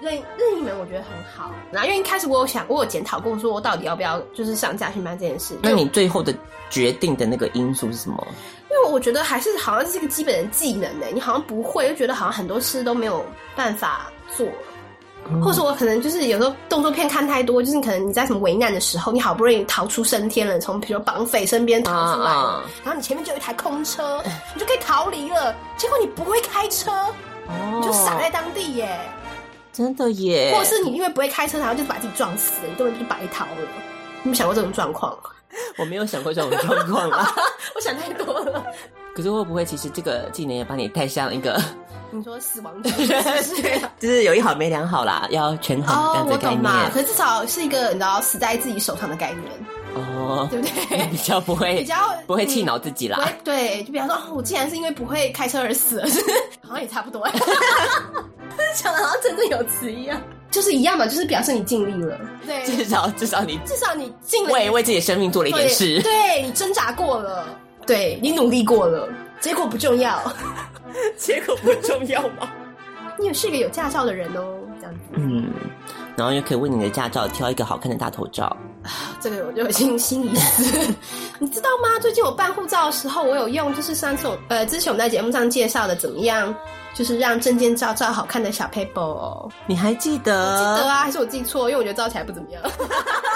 Speaker 4: 任任意门我觉得很好，然后因为一开始我有想，我有检讨过，说我到底要不要就是上驾训班这件事。
Speaker 3: 那你最后的决定的那个因素是什么？
Speaker 4: 因为我觉得还是好像是一个基本的技能呢，你好像不会，就觉得好像很多事都没有办法做，
Speaker 3: 嗯
Speaker 4: 或者说我可能就是有时候动作片看太多，就是你可能你在什么危难的时候，你好不容易逃出升天了，从比如说绑匪身边逃出来，
Speaker 3: 啊啊
Speaker 4: 然后你前面就有一台空车，你就可以逃离了，结果你不会开车，
Speaker 3: 哦
Speaker 4: 你就傻在当地耶，
Speaker 3: 真的耶，
Speaker 4: 或者是你因为不会开车，然后就把自己撞死了，你根本就白逃了。你有没有想过这种状况？
Speaker 3: 我没有想过这种状况啦。
Speaker 4: 我想太多了。
Speaker 3: 可是会不会其实这个技能也把你带向一个，
Speaker 4: 你说死亡之旅
Speaker 3: 啊
Speaker 4: 是不是？
Speaker 3: 就是有一好没两好啦，要权衡这
Speaker 4: 哦
Speaker 3: 样，子
Speaker 4: 我
Speaker 3: 的概
Speaker 4: 懂
Speaker 3: 念
Speaker 4: 嘛，可是至少是一个你知道死在自己手上的概念，
Speaker 3: 哦，
Speaker 4: 对不对
Speaker 3: 比较不会
Speaker 4: 比较
Speaker 3: 不会气恼自己
Speaker 4: 不
Speaker 3: 啦
Speaker 4: 会。嗯对，就比方说，哦我既然是因为不会开车而死 了，好像也差不多， 讲的好像振振有词一样，就是一样嘛，就是表示你尽力了，对，
Speaker 3: 至少至少你
Speaker 4: 至少你尽了
Speaker 3: 为为自己的生命做了一点事
Speaker 4: 对，对你挣扎过了，对你努力过了，结果不重要，
Speaker 3: 结果不重要吗？
Speaker 4: 你也是一个有驾照的人哦，这样子，
Speaker 3: 嗯，然后又可以为你的驾照挑一个好看的大头照。
Speaker 4: 这个我就已经心已 死。你知道吗？最近我办护照的时候，我有用，就是上次我呃，之前我们在节目上介绍的，怎么样，就是让证件照照好看的小 paper 哦。
Speaker 3: 你还记
Speaker 4: 记
Speaker 3: 得？
Speaker 4: 得啊，还是我记错？因为我觉得照起来不怎么样。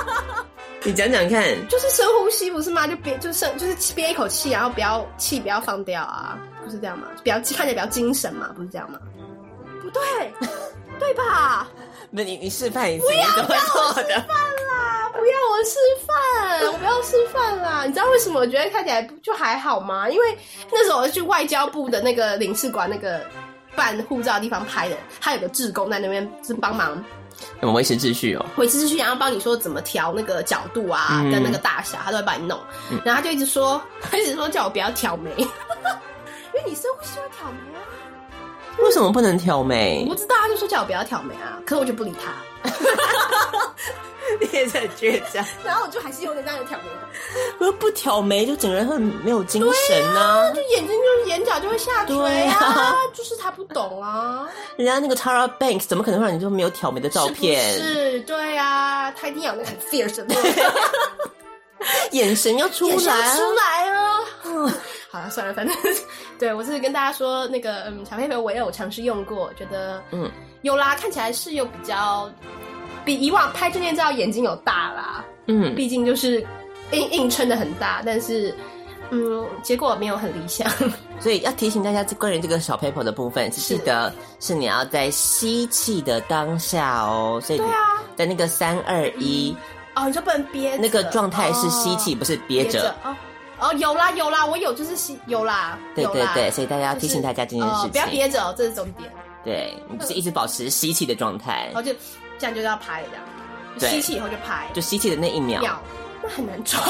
Speaker 3: 你讲讲看，
Speaker 4: 就是深呼吸不是吗？就憋，就深，就是憋一口气，然后不要气不要放掉啊，不是这样吗？比较看起来比较精神嘛，不是这样吗？不对，对吧？
Speaker 3: 那你你示范一次，你怎么做的？
Speaker 4: 啊！不要我示范，我不要示范啦！你知道为什么我觉得看起来就还好吗？因为那时候我去外交部的那个领事馆那个办护照的地方拍的，他有个志工在那边是帮忙
Speaker 3: 我们维持秩序哦。
Speaker 4: 回资讯，然后帮你说怎么调那个角度啊，
Speaker 3: 嗯
Speaker 4: 跟那个大小，他都会帮你弄。然后他就一直说，他一直说叫我不要挑眉， 因为你深呼吸会挑眉啊。
Speaker 3: 为什么不能挑眉
Speaker 4: 我不？知道，他就说叫我不要挑眉啊，可是我就不理他。
Speaker 3: 你也在倔强。
Speaker 4: 然后我就还是有点那样挑眉的，
Speaker 3: 我不挑眉，就整个人会没有精神啊呐、
Speaker 4: 就眼睛就是眼角就会下垂啊，
Speaker 3: 对啊
Speaker 4: 就是他不懂啊，
Speaker 3: 人家那个 Tara Banks 怎么可能会让你就没有挑眉的照片？
Speaker 4: 是不是对啊，他一定要有那个很 fierce 的那种
Speaker 3: 眼神要出
Speaker 4: 眼神
Speaker 3: 来啊。
Speaker 4: 出来啊。
Speaker 3: 嗯
Speaker 4: 好了，算了，反正对我只是跟大家说，那个嗯，小黑莓我也有尝试用过，觉得
Speaker 3: 嗯
Speaker 4: 嗯有啦，看起来是有比较比以往拍证件照眼睛有大啦，
Speaker 3: 嗯，
Speaker 4: 毕竟就是硬硬撑的很大，但是嗯，结果没有很理想。
Speaker 3: 所以要提醒大家，这关于这个小 paper 的部分，记得是你要在吸气的当下哦。所以
Speaker 4: 对啊，
Speaker 3: 在那个三二一
Speaker 4: 哦，你就不能憋着
Speaker 3: 那个状态是吸气，
Speaker 4: 哦
Speaker 3: 不是憋着。
Speaker 4: 哦哦，有啦有啦，我有就是吸有啦，
Speaker 3: 对
Speaker 4: 有
Speaker 3: 对
Speaker 4: 啦
Speaker 3: 对，所以大家要提醒大家这件事
Speaker 4: 就是
Speaker 3: 情，
Speaker 4: 哦不要憋着哦，这是重点。
Speaker 3: 对，你就是一直保持吸气的状态
Speaker 4: 然后，就这样就要拍这样，就
Speaker 3: 对
Speaker 4: 吸气以后就拍，
Speaker 3: 就吸气的那一秒。
Speaker 4: 秒， 那很难抓，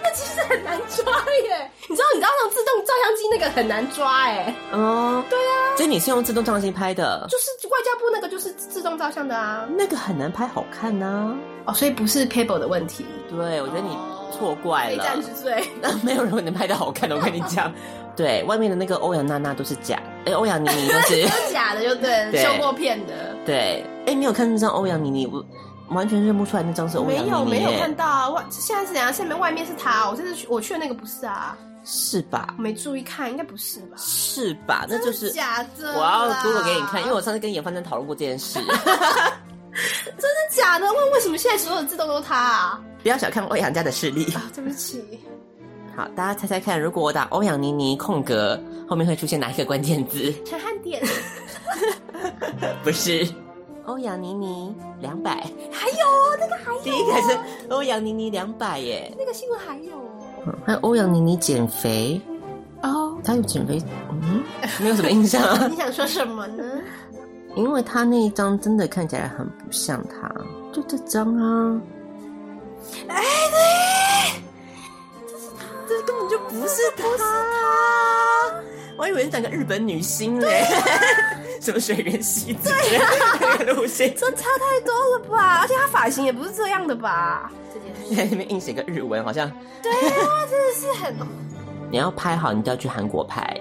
Speaker 4: 那其实很难抓耶。你知道，你知道那种自动照相机那个很难抓哎、
Speaker 3: 哦，对啊，所以你是用自动照相机拍的，
Speaker 4: 就是外交部那个就是自动照相的啊。
Speaker 3: 那个很难拍好看呐、
Speaker 4: 哦，所以不是 Pebble 的问题，
Speaker 3: 对，我觉得你错怪
Speaker 4: 非
Speaker 3: 了。
Speaker 4: 战之罪。
Speaker 3: 那哎 没有人能拍到好看的，我跟你讲。 对，外面的那个欧阳娜娜都是假，哎、欧阳妮妮都是
Speaker 4: 真的假的就对了，
Speaker 3: 对
Speaker 4: 修过片的。
Speaker 3: 对。哎、你有看那张欧阳妮妮？我完全认不出来那张是欧
Speaker 4: 没
Speaker 3: 阳妮妮耶。
Speaker 4: 有没有看到啊，外现在是怎样？下面外面是他，我这次去我去的那个不是啊，
Speaker 3: 是吧？
Speaker 4: 没注意看，应该不是吧？
Speaker 3: 是吧？那就是
Speaker 4: 真的假的啦。
Speaker 3: 我要 Google 给你看，因为我上次跟严范正讨论过这件事。
Speaker 4: 真的假的？问为什么现在所有的自动都他啊？
Speaker 3: 不要小看欧阳家的势 力。
Speaker 4: 啊，对不起，
Speaker 3: 好，大家猜猜看，如果我打欧阳妮妮空格，后面会出现哪一个关键字？
Speaker 4: 陈汉典
Speaker 3: 不是， 欧阳妮妮两百，
Speaker 4: 还有哦，那个还
Speaker 3: 第一个是欧阳妮妮两百耶。
Speaker 4: 那个新闻还有哦，
Speaker 3: 还有欧阳妮妮减肥，
Speaker 4: 哦，
Speaker 3: 她有减肥，嗯，没有什么印象啊，
Speaker 4: 你想说什么呢？
Speaker 3: 因为她那一张真的看起来很不像她，就这张啊，哎，对，这是她，这根本就不是她，不是她，我以为是长个日本女星嘞，什么水原希子那个路线，
Speaker 4: 这差太多了吧？而且他发型也不是这样的吧？这件事
Speaker 3: 在那边硬写个日文，好像
Speaker 4: 真的是很，
Speaker 3: 你要拍好，你就要去韩国拍，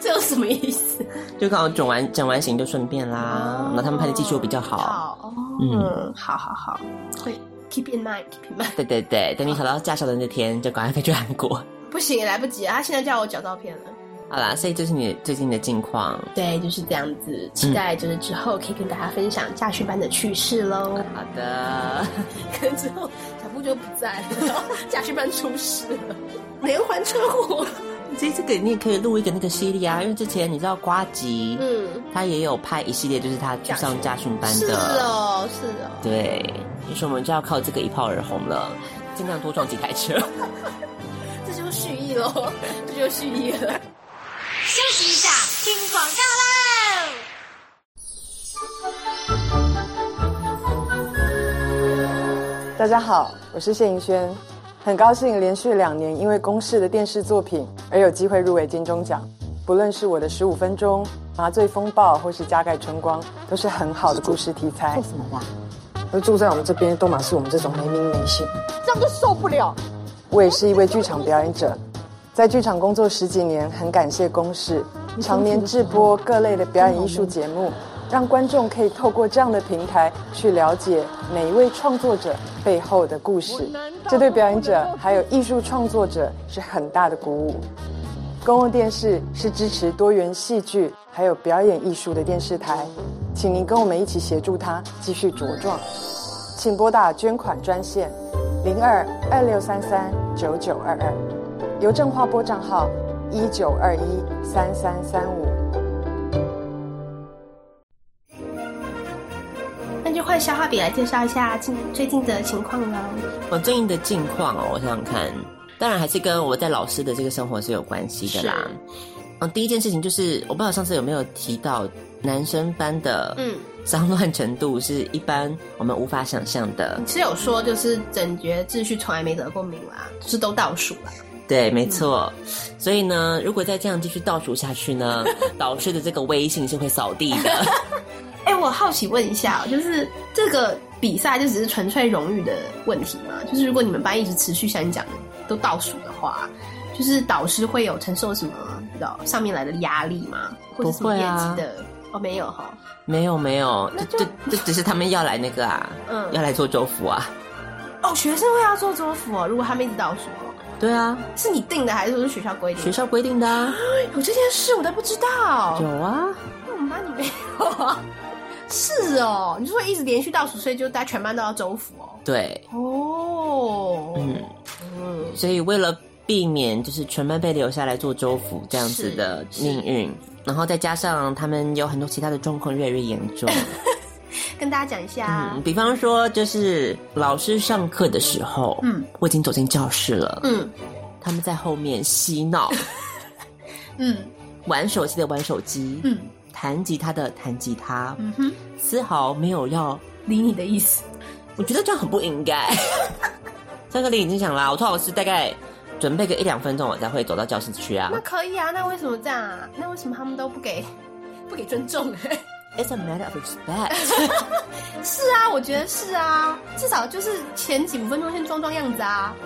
Speaker 4: 这有什么意思？
Speaker 3: 就刚好整完整完型就顺便啦，然后他们拍的技术比较好。
Speaker 4: 好，
Speaker 3: 嗯
Speaker 4: 嗯，好好好，会 keep in mind，keep in mind。
Speaker 3: 对对对，等你考到驾校的那天，就赶快飞去韩国。
Speaker 4: 不行，也来不及了，他现在叫我找照片了。
Speaker 3: 好啦，所以这是你最近的近况。
Speaker 4: 对，就是这样子，期待就是之后可以跟大家分享驾训班的趣事喽。
Speaker 3: 好的，
Speaker 4: 可能之后小布就不在了，然后驾训班出事了，连环车祸。
Speaker 3: 其实这个你也可以录一个那个系列啊，因为之前你知道瓜吉，
Speaker 4: 嗯，
Speaker 3: 他也有拍一系列，就是他去上驾训班
Speaker 4: 是
Speaker 3: 的。
Speaker 4: 哦，是哦。
Speaker 3: 对，也许我们就要靠这个一炮而红了，尽量多撞几台车。
Speaker 4: 这就是蓄意喽，这就是蓄意了。
Speaker 5: 休息一下，听广告喽。
Speaker 9: 大家好，我是谢盈萱，很高兴连续两年因为公视的电视作品而有机会入围金钟奖。不论是我的十五分钟、麻醉风暴，或是加盖春光，都是很好的故事题材。做什么啦？而住在我们这边，都满是我们这种没名没姓，这样就受不了。我也是一位剧场表演者，在剧场工作十几年，很感谢公视常年制播各类的表演艺术节目，让观众可以透过这样的平台去了解每一位创作者背后的故事。这对表演者还有艺术创作者是很大的鼓舞。公共电视是支持多元戏剧还有表演艺术的电视台，请您跟我们一起协助它继续茁壮。请拨打捐款专线零二二六三三九九二二，邮政划拨账号一九二一三三三五。
Speaker 4: 那就换消化饼来介绍一下近最近的情况喽。
Speaker 3: 我最近的近况哦，我想想看，当然还是跟我在老师的这个生活是有关系的啦。嗯，第一件事情就是，我不知道上次有没有提到，男生班的
Speaker 4: 嗯
Speaker 3: 脏乱程度是一般我们无法想象的。
Speaker 4: 你是有说就是整觉秩序从来没得过名啦，就是都倒数啦。
Speaker 3: 对，没错。所以呢，如果再这样继续倒数下去呢，导师的这个威信是会扫地的。
Speaker 4: 哎、我好奇问一下哦，就是这个比赛就只是纯粹荣誉的问题吗？就是如果你们班一直持续像你讲的都倒数的话，就是导师会有承受什么不知道上面来的压力吗？或者什么
Speaker 3: 不
Speaker 4: 业
Speaker 3: 会啊
Speaker 4: 绩的？哦，没有哈，
Speaker 3: 没有没有，
Speaker 4: 那
Speaker 3: 这这这只是他们要来那个啊，
Speaker 4: 嗯
Speaker 3: 要来做州服啊。
Speaker 4: 哦，学生会要做桌服哦，如果他们一直倒数哦，
Speaker 3: 对啊，
Speaker 4: 是你定的还是说是学校规定
Speaker 3: 学
Speaker 4: 的？
Speaker 3: 校规定的啊，
Speaker 4: 有这件事我都不知道
Speaker 3: 有，啊。
Speaker 4: 那我们班你没有啊？是哦，你就说一直连续倒数，所以就大家全班都要周服哦。
Speaker 3: 对，
Speaker 4: 哦，
Speaker 3: 嗯。
Speaker 4: 嗯
Speaker 3: 所以为了避免就是全班被留下来做州府这样子的命运，然后再加上他们有很多其他的状况越来越严 重，
Speaker 4: 跟大家讲一下啊
Speaker 3: 嗯，，比方说就是老师上课的时候，
Speaker 4: 嗯，
Speaker 3: 我已经走进教室了，
Speaker 4: 嗯
Speaker 3: 他们在后面嬉 闹，
Speaker 4: 嗯
Speaker 3: 玩手机的玩手机，
Speaker 4: 嗯
Speaker 3: 弹吉他的弹吉他，
Speaker 4: 嗯哼，
Speaker 3: 丝毫没有要，
Speaker 4: 理你的意思。啊
Speaker 3: 我觉得这样很不应该。上课铃已经响啦，我通老师大概准备个一两分钟，我才会走到教室去啊
Speaker 4: 那。可以啊，那为什么这样啊？那为什么他们都不给 不给尊重、 欸？
Speaker 3: It's a matter of respect 。
Speaker 4: 是啊，我觉得是啊，至少就是前几分钟先装装样子啊。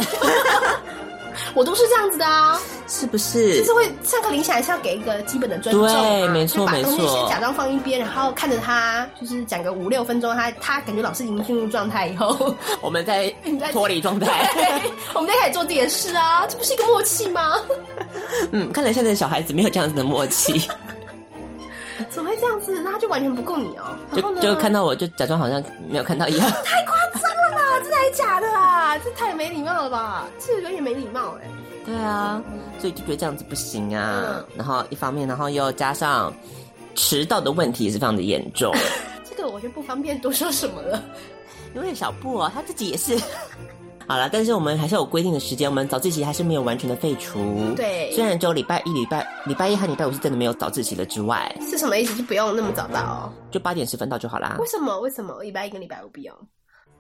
Speaker 4: 我都是这样子的啊，
Speaker 3: 是不
Speaker 4: 就是是？会上课铃响还是要给一个基本的尊重、啊，
Speaker 3: 对没错
Speaker 4: 就把东
Speaker 3: 没
Speaker 4: 西
Speaker 3: 错
Speaker 4: 先假装放一边，然后看着他，就是讲个五六分钟，他他感觉老师已经进入状态以后，
Speaker 3: 我们在
Speaker 4: 你在
Speaker 3: 脱离状态。
Speaker 4: 对，我们再开始做自己的事啊，这不是一个默契吗？
Speaker 3: 嗯，看来现在的小孩子没有这样子的默 契，
Speaker 4: 怎么会这样子？那他就完全不顾你哦。然
Speaker 3: 就
Speaker 4: 后呢？
Speaker 3: 就看到我就假装好像没有看到一样。
Speaker 4: 太夸张了啦，真的还假的啦？这太没礼貌了吧？这有点没礼貌哎、
Speaker 3: 对啊，所以就觉得这样子不行啊
Speaker 4: 嗯。
Speaker 3: 然后一方面，然后又加上迟到的问题是非常的严重，
Speaker 4: 这个我就不方便多说什么了。
Speaker 3: 因为小布哦，他自己也是。 好了，但是我们还是有规定的时间，我们早自习还是没有完全的废除。
Speaker 4: 对
Speaker 3: 虽然只有礼拜一、礼拜礼拜一和礼拜五是真的没有早自习了之外，
Speaker 4: 是什么意思？就不用那么早到哦？
Speaker 3: 就八点十分到就好啦
Speaker 4: 为。什么？为什么礼拜一跟礼拜五不用？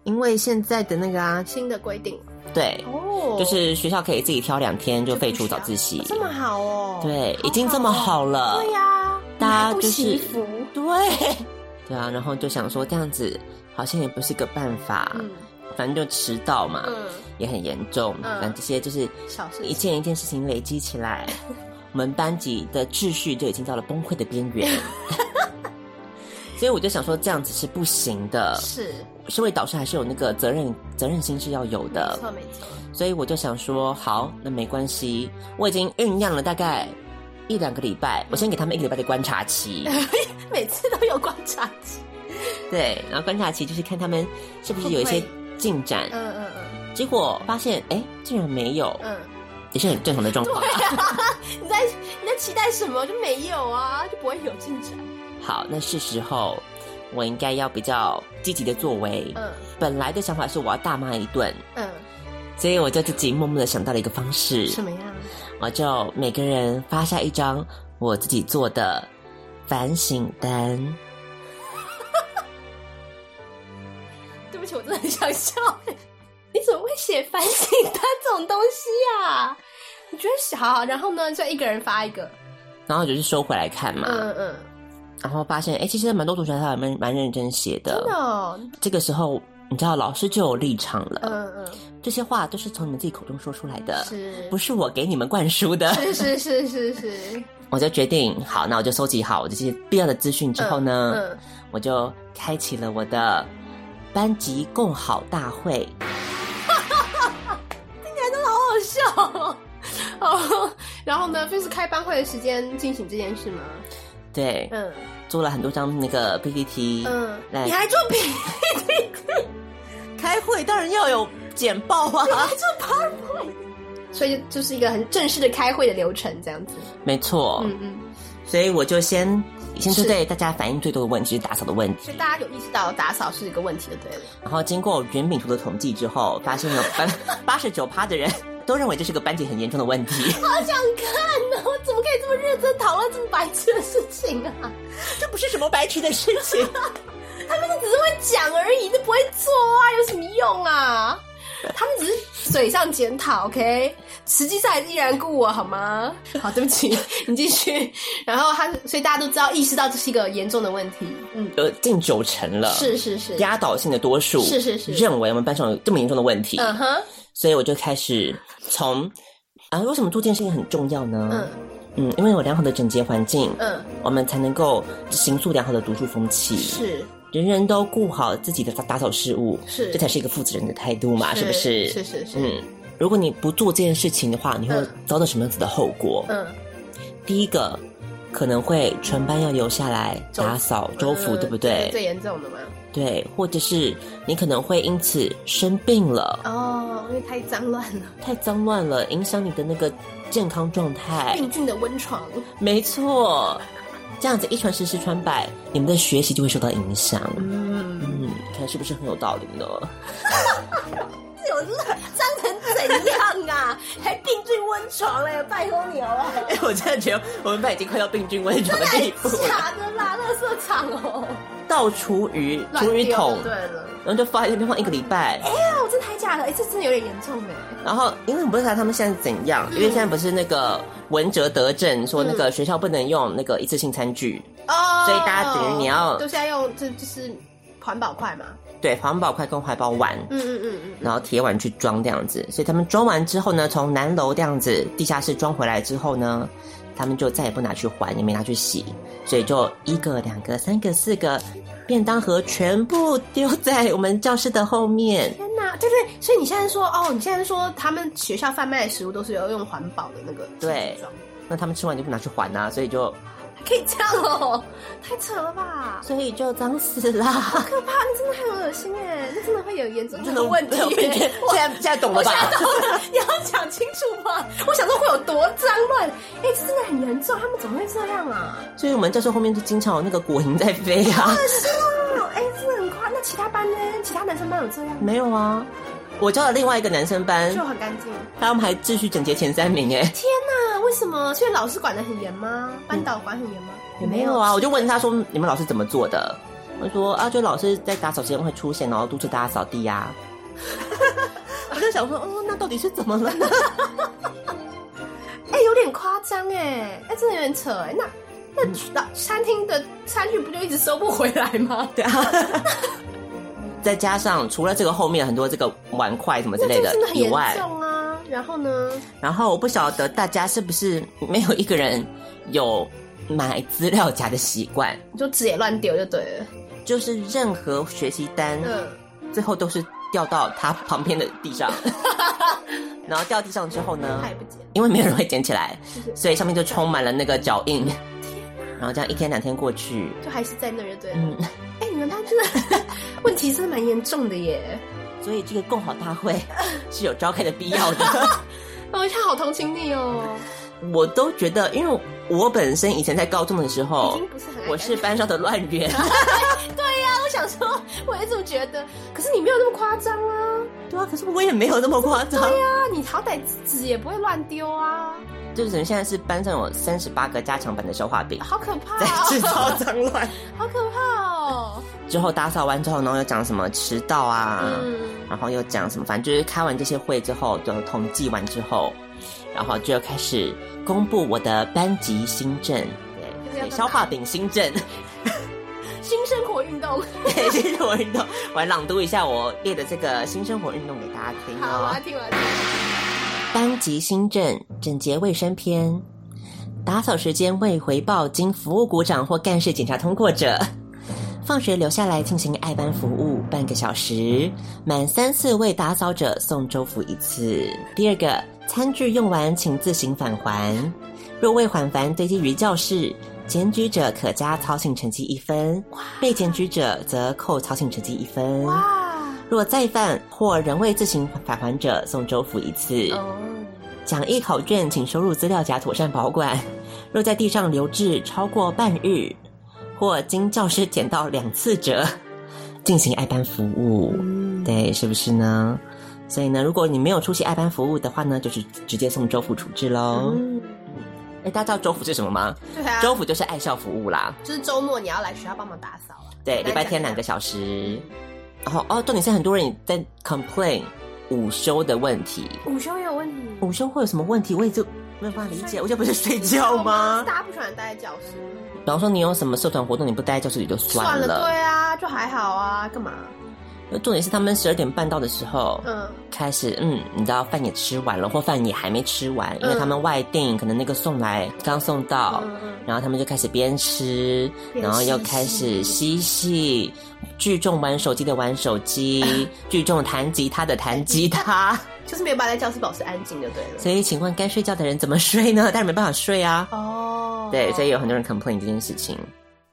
Speaker 3: 因为现在的那个啊，
Speaker 4: 新的规定
Speaker 3: 对，
Speaker 4: 哦
Speaker 3: 就是学校可以自己挑两天就废除早自习
Speaker 4: 哦。这么好哦？
Speaker 3: 对，已经这么好了。
Speaker 4: 对呀、
Speaker 3: 大家
Speaker 4: 你还不
Speaker 3: 就是
Speaker 4: 惜福。
Speaker 3: 对， 对啊，然后就想说这样子好像也不是个办法，
Speaker 4: 嗯
Speaker 3: 反正就迟到嘛，
Speaker 4: 嗯，
Speaker 3: 也很严重，
Speaker 4: 嗯
Speaker 3: 反正这些就是
Speaker 4: 小事情
Speaker 3: 一件一件事情累积起 来，我们班级的秩序就已经到了崩溃的边 缘。所以我就想说，这样子是不行的。
Speaker 4: 嗯是
Speaker 3: 身为导师，还是有那个责任责任心是要有
Speaker 4: 没
Speaker 3: 的。
Speaker 4: 错没错。
Speaker 3: 所以我就想说，好，那没关系，我已经酝酿了大概一两个礼拜，我先给他们一个礼拜的观察期。
Speaker 4: 每次都有观察期。
Speaker 3: 对，然后观察期就是看他们是不是有一些
Speaker 4: 会不
Speaker 3: 进展，
Speaker 4: 嗯嗯嗯
Speaker 3: 结果发现哎，竟然没有，
Speaker 4: 嗯。
Speaker 3: 也是很正常的状况。
Speaker 4: 你在你在期待什么？就没有啊，就不会有进展。
Speaker 3: 好，那是时候我应该要比较积极的作为。
Speaker 4: 嗯
Speaker 3: 本来的想法是我要大骂一顿，
Speaker 4: 嗯，
Speaker 3: 所以我就自己默默的想到了一个方式，
Speaker 4: 什么呀？
Speaker 3: 我就每个人发下一张我自己做的反省单。
Speaker 4: 对不起，我真的很想笑。你怎么会写反省单这种东西呀、你觉得小，然后呢，就一个人发一个。
Speaker 3: 然后就是收回来看嘛，
Speaker 4: 嗯嗯，
Speaker 3: 然后发现哎，其实蛮多同学他还蛮蛮认真写
Speaker 4: 真的、哦。
Speaker 3: 这个时候，你知道老师就有立场了。
Speaker 4: 嗯嗯，
Speaker 3: 这些话都是从你们自己口中说出来的，
Speaker 4: 是
Speaker 3: 不是我给你们灌输的？
Speaker 4: 是是是是是。
Speaker 3: 我就决定，好，那我就收集好我这些必要的资讯之后呢，
Speaker 4: 嗯，
Speaker 3: 我就开启了我的班级共好大会。
Speaker 4: 好好笑 哦。哦，然后呢，就是开班会的时间进行这件事吗？
Speaker 3: 对，
Speaker 4: 嗯
Speaker 3: 做了很多张那个 PPT，、
Speaker 4: 嗯，
Speaker 3: 来
Speaker 4: 你还做评，
Speaker 3: 开会当然要有简报 啊，
Speaker 4: 所以就就是一个很正式的开会的流程，这样子。
Speaker 3: 没错，
Speaker 4: 嗯嗯，
Speaker 3: 所以我就先先就是对大家反映最多的问题就是打扫的问题，
Speaker 4: 所以大家有意识到打扫是一个问题的，对了。
Speaker 3: 然后经过圆饼图的统计之后，发现有八八十九趴的人都认为这是个班级很严重的问题。
Speaker 4: 好想看呢、我怎么可以这么认真讨论这么白痴的事情啊？
Speaker 3: 这不是什么白痴的事情。
Speaker 4: 他们就只是会讲而已，这不会做啊，有什么用啊？他们只是嘴上检讨，OK，实际上还是依然故我，好吗？好，对不起，你继续。然后他，所以大家都知道，意识到这是一个严重的问题。嗯，
Speaker 3: 呃，近九成了，
Speaker 4: 是是是，
Speaker 3: 压倒性的多数，
Speaker 4: 是是是
Speaker 3: 认为我们班上有这么严重的问题，
Speaker 4: 嗯哼，
Speaker 3: 所以我就开始从啊，为什么做这件事情很重要呢
Speaker 4: 嗯？
Speaker 3: 嗯因为有良好的整洁环境，
Speaker 4: 嗯，
Speaker 3: 我们才能够形塑良好的读书风气，
Speaker 4: 是
Speaker 3: 人人都顾好自己的打打扫事务，
Speaker 4: 是
Speaker 3: 这才是一个负责任的态度嘛，是不是？
Speaker 4: 是是是，
Speaker 3: 嗯。如果你不做这件事情的话，你会
Speaker 4: 嗯
Speaker 3: 遭到什么样子的后果？
Speaker 4: 嗯，
Speaker 3: 第一个可能会全班要留下来
Speaker 4: 周
Speaker 3: 打扫周服，
Speaker 4: 嗯
Speaker 3: 对不
Speaker 4: 这
Speaker 3: 对
Speaker 4: 是？最严重的嘛。
Speaker 3: 对，或者是你可能会因此生病了，
Speaker 4: 哦，因为太脏乱了，
Speaker 3: 太脏乱了，影响你的那个健康状态。
Speaker 4: 病菌的温床。
Speaker 3: 没错，这样子一传十，十传百，你们的学习就会受到影响。
Speaker 4: 嗯。
Speaker 3: 嗯，看是不是很有道理呢？
Speaker 4: 有脏成怎样啊？还病菌温温床嘞，拜托你好不好？
Speaker 3: 哎，我真的觉得我们班已经快到病菌温床的地步了，
Speaker 4: 查的啦，垃圾场 哦，
Speaker 3: 倒厨余、厨余桶，
Speaker 4: 对了。
Speaker 3: 然后就放在那边放一个礼拜。
Speaker 4: 哎呦，真的还假的？哎，这真的有点严重哎。
Speaker 3: 然后，因为我不知道他们现在怎样，因为现在不是那个文哲德政说那
Speaker 4: 嗯
Speaker 3: 个学校不能用那个一次性餐具，
Speaker 4: 哦
Speaker 3: 所以大家等于你要
Speaker 4: 都是要用这就是环保筷嘛。
Speaker 3: 对，环保筷跟环保碗，
Speaker 4: 嗯嗯嗯嗯。
Speaker 3: 然后铁碗去装这样子。所以他们装完之后呢，从南楼这样子地下室装回来之后呢，他们就再也不拿去还，也没拿去洗，所以就一个、两个、三个、四个便当盒全部丢在我们教室的后面。
Speaker 4: 天哪，对对，所以你现在说哦，你现在说他们学校贩卖的食物都是要用环保的那个
Speaker 3: 对
Speaker 4: 形状
Speaker 3: 那他们吃完就不拿去还啊，所以就
Speaker 4: 还可以这样哦，太扯了吧！
Speaker 3: 所以就脏死 啦。
Speaker 4: 可怕，那真的很恶心哎，那真的会有严重
Speaker 3: 真
Speaker 4: 真
Speaker 3: 的
Speaker 4: 的问题
Speaker 3: 有
Speaker 4: 耶。
Speaker 3: 现在现在懂了
Speaker 4: 我
Speaker 3: 吧
Speaker 4: 想？到了，你要讲清楚嘛！我想说会有多脏乱，哎、这真的很严重，他们怎么会这样啊？
Speaker 3: 所以我们教室后面就经常有那个果蝇在飞啊。
Speaker 4: 是啊，哎、真的很夸。那其他班呢？其他男生班有这样吗？
Speaker 3: 没有啊，我教的另外一个男生班，
Speaker 4: 就很干净。
Speaker 3: 他们还秩序整洁前三名哎。
Speaker 4: 嗯天哪，为什么？所以老师管得很严吗？班导管很严吗？
Speaker 3: 也没有啊，我就问他说你们老师怎么做的？我说啊，就老师在打扫时间会出现，然后督促大家扫地呀、我就想说，哦，那到底是怎么了呢？
Speaker 4: 哎、有点夸张哎，哎、真的有点扯哎、那那老餐厅的餐具不就一直收不回来 吗？
Speaker 3: 对啊，再加上除了这个后面很多这个碗筷什么之
Speaker 4: 那
Speaker 3: 类
Speaker 4: 这
Speaker 3: 的
Speaker 4: 真的很
Speaker 3: 以
Speaker 4: 严
Speaker 3: 外，
Speaker 4: 重啊。然后呢？
Speaker 3: 然后我不晓得大家是不是没有一个人有买资料夹的习惯，
Speaker 4: 你就纸也乱丢就对了。
Speaker 3: 就是任何学习单
Speaker 4: 嗯，
Speaker 3: 最后都是掉到他旁边的地上， 然后掉地上之后呢
Speaker 4: 他，也不捡。
Speaker 3: 因为没有人会捡起来， 所以上面就充满了那个脚印。 然后这样一天两天过去，
Speaker 4: 就还是在那儿就对了。
Speaker 3: 嗯，
Speaker 4: 哎、你们班真的 问题真的蛮严重的耶，
Speaker 3: 所以这个共好大会是有召开的必要的。
Speaker 4: 哦，他好同情你哦，
Speaker 3: 我都觉得，因为我本身以前在高中的时
Speaker 4: 已
Speaker 3: 候
Speaker 4: 经不是很爱，干净
Speaker 3: 我是班上的乱 源，
Speaker 4: 对呀、我想说，我也这么觉得，可是你没有那么夸张啊，
Speaker 3: 对啊，可是我也没有那么夸张。
Speaker 4: 对啊呀、你好歹纸也不会乱丢啊，
Speaker 3: 就是等于现在是班上有三十八个加强版的消化 饼，
Speaker 4: 好可怕、
Speaker 3: 在 制造
Speaker 4: 哦，
Speaker 3: 脏乱。
Speaker 4: 好可怕哦，
Speaker 3: 之后打扫完之后，然后又讲什么迟到啊，
Speaker 4: 嗯，
Speaker 3: 然后又讲什么，反正就是开完这些会之后，就统计完之后，然后就开始公布我的班级新政，对，所以消化饼新政，
Speaker 4: 嗯新生活运动，
Speaker 3: 对，新生活运动，我来朗读一下我列的这个新生活运动给大家听
Speaker 4: 好，我啊
Speaker 3: 哦
Speaker 4: 要。听完，
Speaker 3: 班级新政整洁卫生篇，打扫时间未回报经服务股长或干事检查通过者，放学留下来进行爱班服务半个小时，满三次未打扫者送周服一次。第二个，餐具用完请自行返还，若未返还堆积于教室，检举者可加操行成绩一分，被检举者则扣操行成绩一分。
Speaker 4: 哇，
Speaker 3: 若再犯或仍未自行返还者，送周服一次。
Speaker 4: 哦，
Speaker 3: 讲义考卷请收入资料夹妥善保管，若在地上留置超过半日，或经教师捡到两次者，进行爱班服务。对，是不是呢？所以呢，如果你没有出席爱班服务的话呢，就是直接送周辅处置喽。
Speaker 4: 嗯，
Speaker 3: 哎、大家知道周辅是什么吗？
Speaker 4: 对啊，
Speaker 3: 周辅就是爱校服务啦。
Speaker 4: 就是周末你要来学校帮忙打扫啊，
Speaker 3: 对，礼拜天两个小时。然后哦，重点是很多人在 complain 午休的问题。
Speaker 4: 午休也有问题。
Speaker 3: 午休会有什么问题？我也就没有办法理解。午休不是睡觉吗？
Speaker 4: 大家不喜欢待在教室，
Speaker 3: 比方说你有什么社团活动，你不待在教室里就算
Speaker 4: 算了，对啊，就还好啊，干嘛？
Speaker 3: 重点是他们十二点半到的时候，
Speaker 4: 嗯，
Speaker 3: 开始嗯，你知道饭也吃完了，或饭也还没吃完，因为
Speaker 4: 嗯
Speaker 3: 他们外订，可能那个送来刚送到，
Speaker 4: 嗯嗯
Speaker 3: 然后他们就开始边吃，
Speaker 4: 边
Speaker 3: 然后又
Speaker 4: 嬉戏
Speaker 3: 开始嬉戏，聚众玩手机的玩手 机，聚众弹吉他的弹吉 他。
Speaker 4: 就是没有办法在教室保持安静就对了。
Speaker 3: 所以，请问该睡觉的人怎么睡呢？当然没办法睡啊。
Speaker 4: 哦
Speaker 3: 对，所以有很多人 complain 这件事情。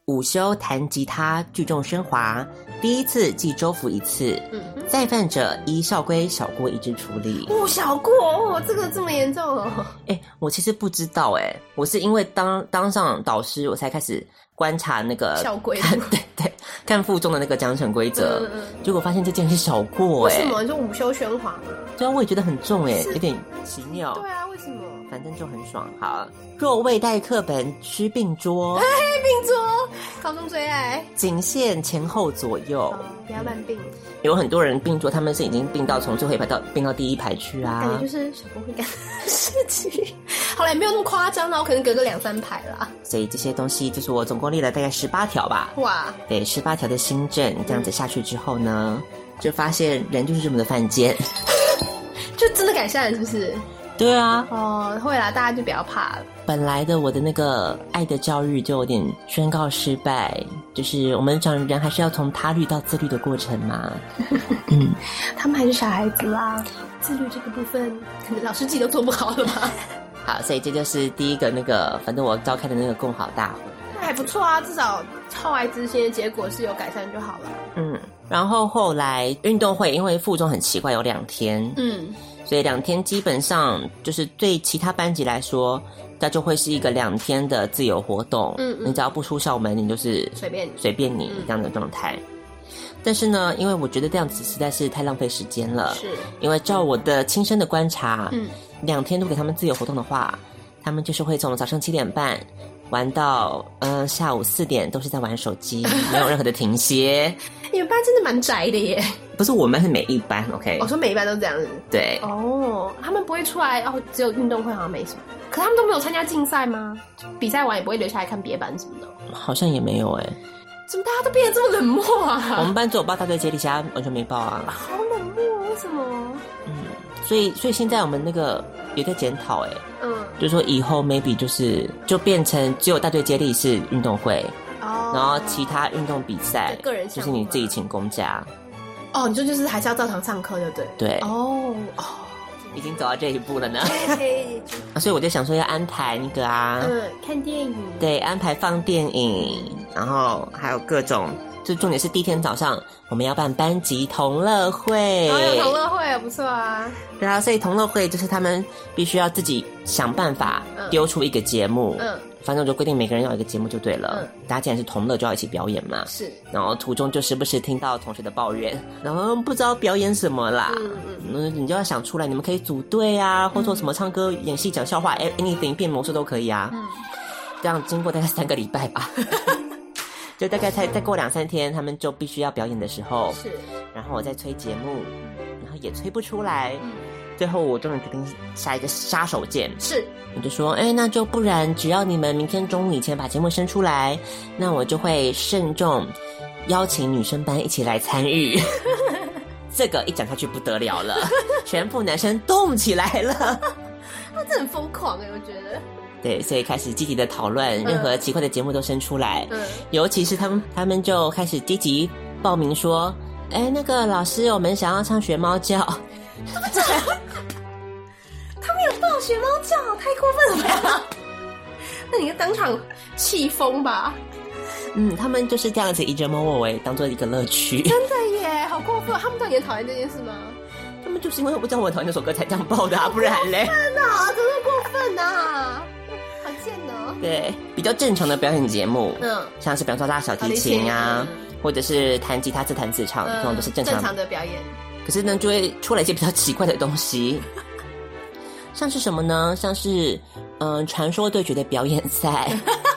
Speaker 3: 午休弹吉他，聚众升华，第一次记周服一次，
Speaker 4: 嗯，
Speaker 3: 再犯者依校规小过一致处理。
Speaker 4: 不小过哦，这个这么严重哦，
Speaker 3: 哎、我其实不知道哎、我是因为当当上导师，我才开始观察那个
Speaker 4: 校规
Speaker 3: 看 对对，看附中的那个奖惩规则
Speaker 4: 嗯，嗯嗯
Speaker 3: 结果发现这竟然是小过
Speaker 4: 为
Speaker 3: 哎、
Speaker 4: 什么就午休喧哗嘛？
Speaker 3: 对啊，我也觉得很重哎、
Speaker 4: 是
Speaker 3: 有点奇妙。
Speaker 4: 对啊，为什么？
Speaker 3: 反正就很爽。好，若未带课本，须并桌，
Speaker 4: 啊病桌，高中最爱，
Speaker 3: 仅限前后左右。
Speaker 4: 哦不要乱病，
Speaker 3: 有很多人并桌，他们是已经并到从最后一排到并到第一排去
Speaker 4: 感觉
Speaker 3: 啊
Speaker 4: 就。是小公会干的事情。 好了，也没有那么夸张啦，我可能隔个两三排啦。
Speaker 3: 所以这些东西就是我总共列了大概十八条吧。
Speaker 4: 哇，
Speaker 3: 对，十八条的新政，这样子下去之后呢，就发现人就是这么的犯 贱。
Speaker 4: 就真的改善了，是不是？
Speaker 3: 对啊，
Speaker 4: 哦，会啦，大家就不要怕了。
Speaker 3: 本来的我的那个爱的教育就有点宣告失败，就是我们讲人还是要从他律到自律的过程嘛。嗯，
Speaker 4: 他们还是小孩子啦，自律这个部分，可能老师自己都做不好 了吧？
Speaker 3: 好，所以这就是第一个那个，反正我召开的那个共好大会。
Speaker 4: 那还不错啊，至少后来这些结果是有改善就好了。
Speaker 3: 嗯，然后后来运动会，因为附中很奇怪，有两天，
Speaker 4: 嗯，
Speaker 3: 所以两天基本上就是对其他班级来说，它就会是一个两天的自由活动。
Speaker 4: 嗯嗯
Speaker 3: 你只要不出校门，你就是
Speaker 4: 随便你
Speaker 3: 随便你
Speaker 4: 嗯
Speaker 3: 这样的状态。但是呢，因为我觉得这样子实在是太浪费时间了，
Speaker 4: 是，
Speaker 3: 因为照我的亲身的观察，
Speaker 4: 嗯，
Speaker 3: 两天都给他们自由活动的话，他们就是会从早上七点半玩到呃下午四点，都是在玩手机，没有任何的停歇。
Speaker 4: 你们班真的蛮宅的耶。
Speaker 3: 不是我们是每一班，OK？
Speaker 4: 我说每一班都这样子。
Speaker 3: 对，
Speaker 4: 哦，他们不会出来哦，只有运动会好像没什么。可他们都没有参加竞赛吗？比赛完也不会留下来看别班什么的。
Speaker 3: 好像也没有哎、
Speaker 4: 怎么大家都变得这么冷漠
Speaker 3: 我
Speaker 4: 啊？
Speaker 3: 们班只有报大队接力，其他完全没报啊。
Speaker 4: 好冷漠，为什么？
Speaker 3: 所以，所以现在我们那个也在检讨哎，
Speaker 4: 嗯，
Speaker 3: 就是说以后 maybe 就是就变成只有大队接力是运动会，
Speaker 4: 哦，
Speaker 3: 然后其他运动比赛
Speaker 4: 对个人
Speaker 3: 就
Speaker 4: 项
Speaker 3: 是
Speaker 4: 目
Speaker 3: 你自己请公假。
Speaker 4: 哦，你说就是还是要照常上课，对不对？
Speaker 3: 对，
Speaker 4: 哦哦，
Speaker 3: 已经走到这一步了呢。 啊
Speaker 4: 嘿嘿
Speaker 3: 所以我就想说要安排那个啊，
Speaker 4: 嗯，看电影，
Speaker 3: 对，安排放电影，然后还有各种，就重点是第一天早上我们要办班级同乐会，
Speaker 4: 然后哦有同乐会，不错啊。
Speaker 3: 对啊，所以同乐会就是他们必须要自己想办法
Speaker 4: 嗯
Speaker 3: 丢出一个节目，
Speaker 4: 嗯，
Speaker 3: 反正我就规定每个人要有一个节目就对了，
Speaker 4: 嗯
Speaker 3: 大家既然是同乐就要一起表演嘛。
Speaker 4: 是，
Speaker 3: 然后途中就时不时听到同学的抱怨，然后不知道表演什么啦，
Speaker 4: 嗯嗯
Speaker 3: 嗯，你就要想出来，你们可以组队啊，或做什么唱歌、演戏、讲笑话哎，anything 变魔术都可以啊。
Speaker 4: 嗯，
Speaker 3: 这样经过大概三个礼拜吧， 就大概才再过两三天，他们就必须要表演的时候，
Speaker 4: 是，
Speaker 3: 然后我再催节目，然后也催不出来，
Speaker 4: 嗯
Speaker 3: 最后我终于决定下一个杀手锏，
Speaker 4: 是，
Speaker 3: 我就说，哎，那就不然，只要你们明天中午以前把节目生出来，那我就会慎重邀请女生班一起来参与。 这个一讲下去不得了了，全部男生动起来了。
Speaker 4: 他真的很疯狂哎，我觉得，
Speaker 3: 对，所以开始积极的讨论，任何奇怪的节目都生出来，
Speaker 4: 嗯
Speaker 3: 尤其是他们，他们就开始积极报名说，哎，那个老师，我们想要唱学猫叫，
Speaker 4: 他们有暴雪猫叫，太过分了吧？ 那你应该当场气疯吧？
Speaker 3: 嗯，他们就是这样子以折磨我为当做一个乐趣，
Speaker 4: 真的耶，好过分！他们到底很讨厌这件事吗？
Speaker 3: 他们就是因为我知道我讨厌那首歌才这样报的、啊，不然 嘞，
Speaker 4: 真的啊，怎么那么过分呢、啊？好贱哦！
Speaker 3: 对，比较正常的表演节目，
Speaker 4: 嗯，
Speaker 3: 像是比方说拉小提琴
Speaker 4: 小
Speaker 3: 啊
Speaker 4: 提琴，
Speaker 3: 或者是弹吉他自弹自唱，这种都是正常
Speaker 4: 嗯正常的表演，
Speaker 3: 可是呢，就会出来一些比较奇怪的东西， 像是什么呢？像是嗯、呃传说对决的表演赛，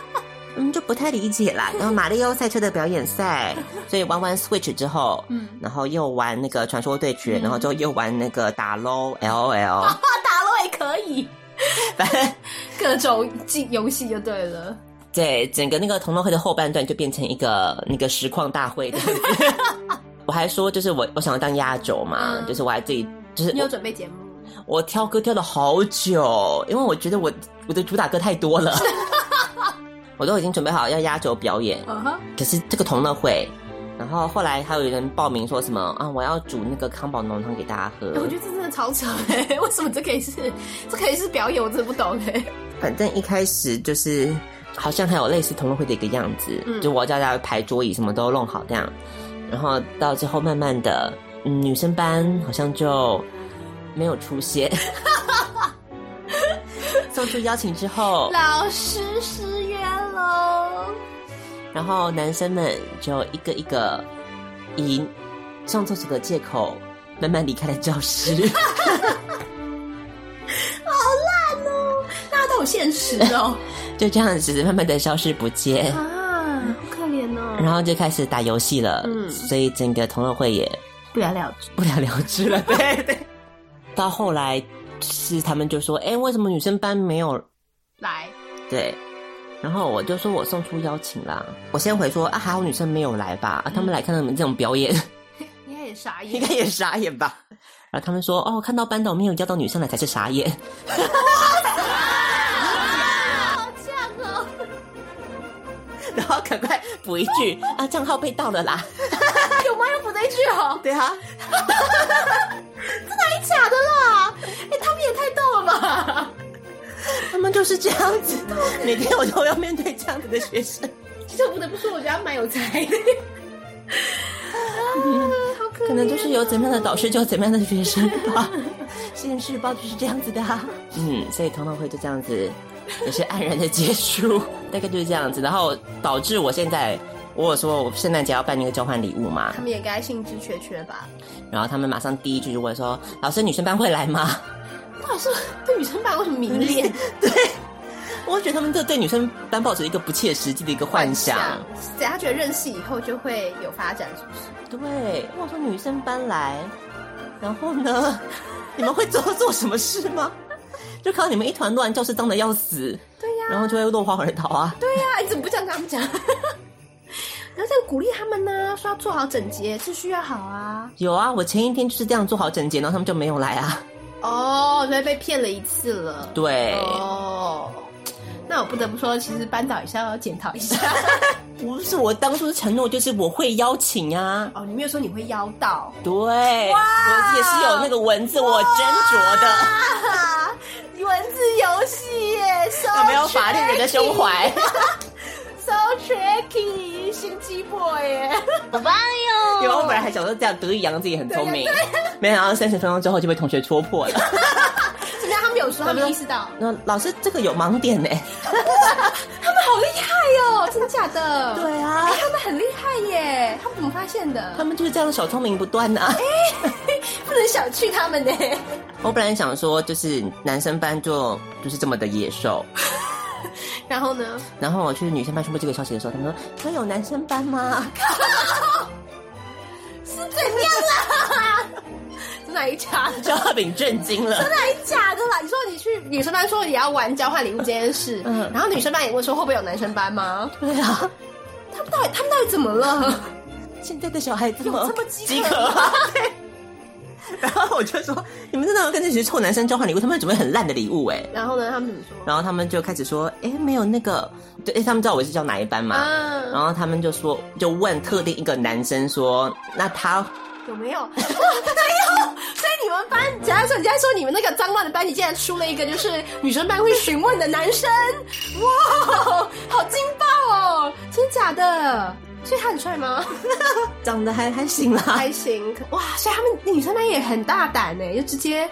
Speaker 3: 嗯，就不太理解啦。然后马里奥赛车的表演赛，所以玩完 Switch 之后，嗯，然后又玩那个传说对
Speaker 4: 嗯
Speaker 3: 决，然后就又玩那个打 LO L L，
Speaker 4: 哇，啊打了也可以，
Speaker 3: 反正
Speaker 4: 各种进游戏就对了。
Speaker 3: 对，整个那个同乐会的后半段就变成一个那个实况大会这样 子。我还说，就是我我想要当压轴嘛，
Speaker 4: 嗯
Speaker 3: 就是我还自己就是
Speaker 4: 你
Speaker 3: 我
Speaker 4: 有准备节目？
Speaker 3: 我挑歌挑了好久，因为我觉得我我的主打歌太多了， 我都已经准备好要压轴表演，
Speaker 4: 嗯哼，
Speaker 3: 可是这个同乐会，然后后来还有人报名说什么啊，我要煮那个康宝浓汤给大家喝
Speaker 4: 哎我，觉得这真的超扯哎、 为什么这可以是这可以是表演？我真的不懂哎、
Speaker 3: 反正一开始就是好像还有类似同乐会的一个样子，
Speaker 4: 嗯
Speaker 3: 就我要叫大家排桌椅什么都弄好这样，然后到最后慢慢的，嗯，女生班好像就没有出现。 送出邀请之后，
Speaker 4: 老师失约喽！
Speaker 3: 然后男生们就一个一个以上厕所的借口慢慢离开了教室。
Speaker 4: 大家都好现实哦
Speaker 3: 就这样子慢慢的消失不见，
Speaker 4: 啊，好可怜哦，
Speaker 3: 然后就开始打游戏了。嗯，所以整个同乐会也
Speaker 4: 不了了之。
Speaker 3: 不了了之了。对对。到后来是他们就说：“哎、为什么女生班没有
Speaker 4: 来，
Speaker 3: 对，然后我就说我送出邀请啦，我先回说啊，还好女生没有来吧，啊，他们来看到你们这种表演，
Speaker 4: 应该也傻
Speaker 3: 应
Speaker 4: 眼
Speaker 3: 该。也傻眼吧。然后他们说哦，看到班导没有叫到女生来才是傻眼。然后赶快补一句啊，账号被盗了啦！
Speaker 4: 有吗？要补这一句哦，
Speaker 3: 对啊，
Speaker 4: 太假的啦！哎，他们也太逗了吧！
Speaker 3: 他们就是这样子，每天我都要面对这样子的学生，
Speaker 4: 其实我不得不说，我觉得他蛮有才的。
Speaker 3: 可能就是有怎么样的导师就有怎么样的学生吧，现世报就是这样子的、啊。嗯，所以同乐会就这样子，也是黯然的结束，大概就是这样子。然后导致我现在，我有说我圣诞节要办那个交换礼物嘛
Speaker 4: 他，们也该兴致缺缺吧？
Speaker 3: 然后他们马上第一句就问说：“老师，女生班会来吗
Speaker 4: 到底是对女生办为什么迷恋？？”
Speaker 3: 我觉得他们这对女生班抱着一个不切实际的一个幻想。
Speaker 4: 是怎样？他觉得认识以后就会有发展，是不是？
Speaker 3: 对，我说女生班来，然后呢， 你们会做做什么事吗？ 就看到你们一团乱，教室脏的要死，
Speaker 4: 对呀、
Speaker 3: 然后就会落荒而逃啊。
Speaker 4: 对呀、你怎么不这样跟他们讲？你要这样鼓励他们呢、说要做好整洁，秩序要好啊。
Speaker 3: 有啊，我前一天就是这样做好整洁，然后他们就没有来啊。
Speaker 4: 哦，所以被骗了一次了。
Speaker 3: 对，
Speaker 4: 哦，那我不得不说，其实班导也是要检讨一下。
Speaker 3: 不是我当初承诺就是我会邀请啊。
Speaker 4: 哦，你没有说你会邀到，
Speaker 3: 对，我也是有那个文字我斟酌的，
Speaker 4: 啊、文字游戏 耶，so
Speaker 3: 有没有法律人的胸怀？
Speaker 4: tricky，so tricky，心机 boy 耶。
Speaker 5: 好棒哟！
Speaker 4: 啊
Speaker 3: 因为我本来还想说这样得意洋洋自己很聪明，没想到三十分钟之后就被同学戳破了。
Speaker 4: 怎么样？他们有说，他们意识到，
Speaker 3: 那老师这个有盲点呢、
Speaker 4: 他们好厉害哦，真的假的？
Speaker 3: 对啊
Speaker 4: 哎，他们很厉害耶，他们怎么发现的？
Speaker 3: 他们就是这样小聪明不断啊。
Speaker 4: 不能小觑他们呢。
Speaker 3: 我本来想说就是男生班就就是这么的野兽，
Speaker 4: 然后呢？
Speaker 3: 然后我去女生班宣布这个消息的时候，他们说：“可有男生班吗？”
Speaker 4: 怎啊样啦？真的还 是假的？
Speaker 3: 焦饼震惊了，
Speaker 4: 真的还是假的啦？你说你去女生班说你要玩交换礼物这件事，
Speaker 3: 嗯
Speaker 4: 然后女生班也问说会不会有男生班吗？
Speaker 3: 对啊，
Speaker 4: 他们到底他们到底怎么了？
Speaker 3: 现在的小孩这么
Speaker 4: 有这么饥
Speaker 3: 饥
Speaker 4: 渴
Speaker 3: 渴啊吗？对。 然后我就说，你们真的要跟这些臭男生交换礼物？他们准备很烂的礼物哎、
Speaker 4: 然后呢？他们怎么说？
Speaker 3: 然后他们就开始说，哎，没有那个，对，诶他们知道我是教哪一班嘛。然
Speaker 4: 啊，
Speaker 3: 后他们就说，就问特定一个男生说，那他
Speaker 4: 有没有？哇没有。所以你们班，假如说你在说你们那个脏乱的班，你竟然出了一个就是女生班会询问的男生，哇，好劲爆哦！真的假的？所以他很帅 吗？
Speaker 3: 长得还还行啦，
Speaker 4: 还行，哇！所以他们女生班也很大胆欸呢，就直接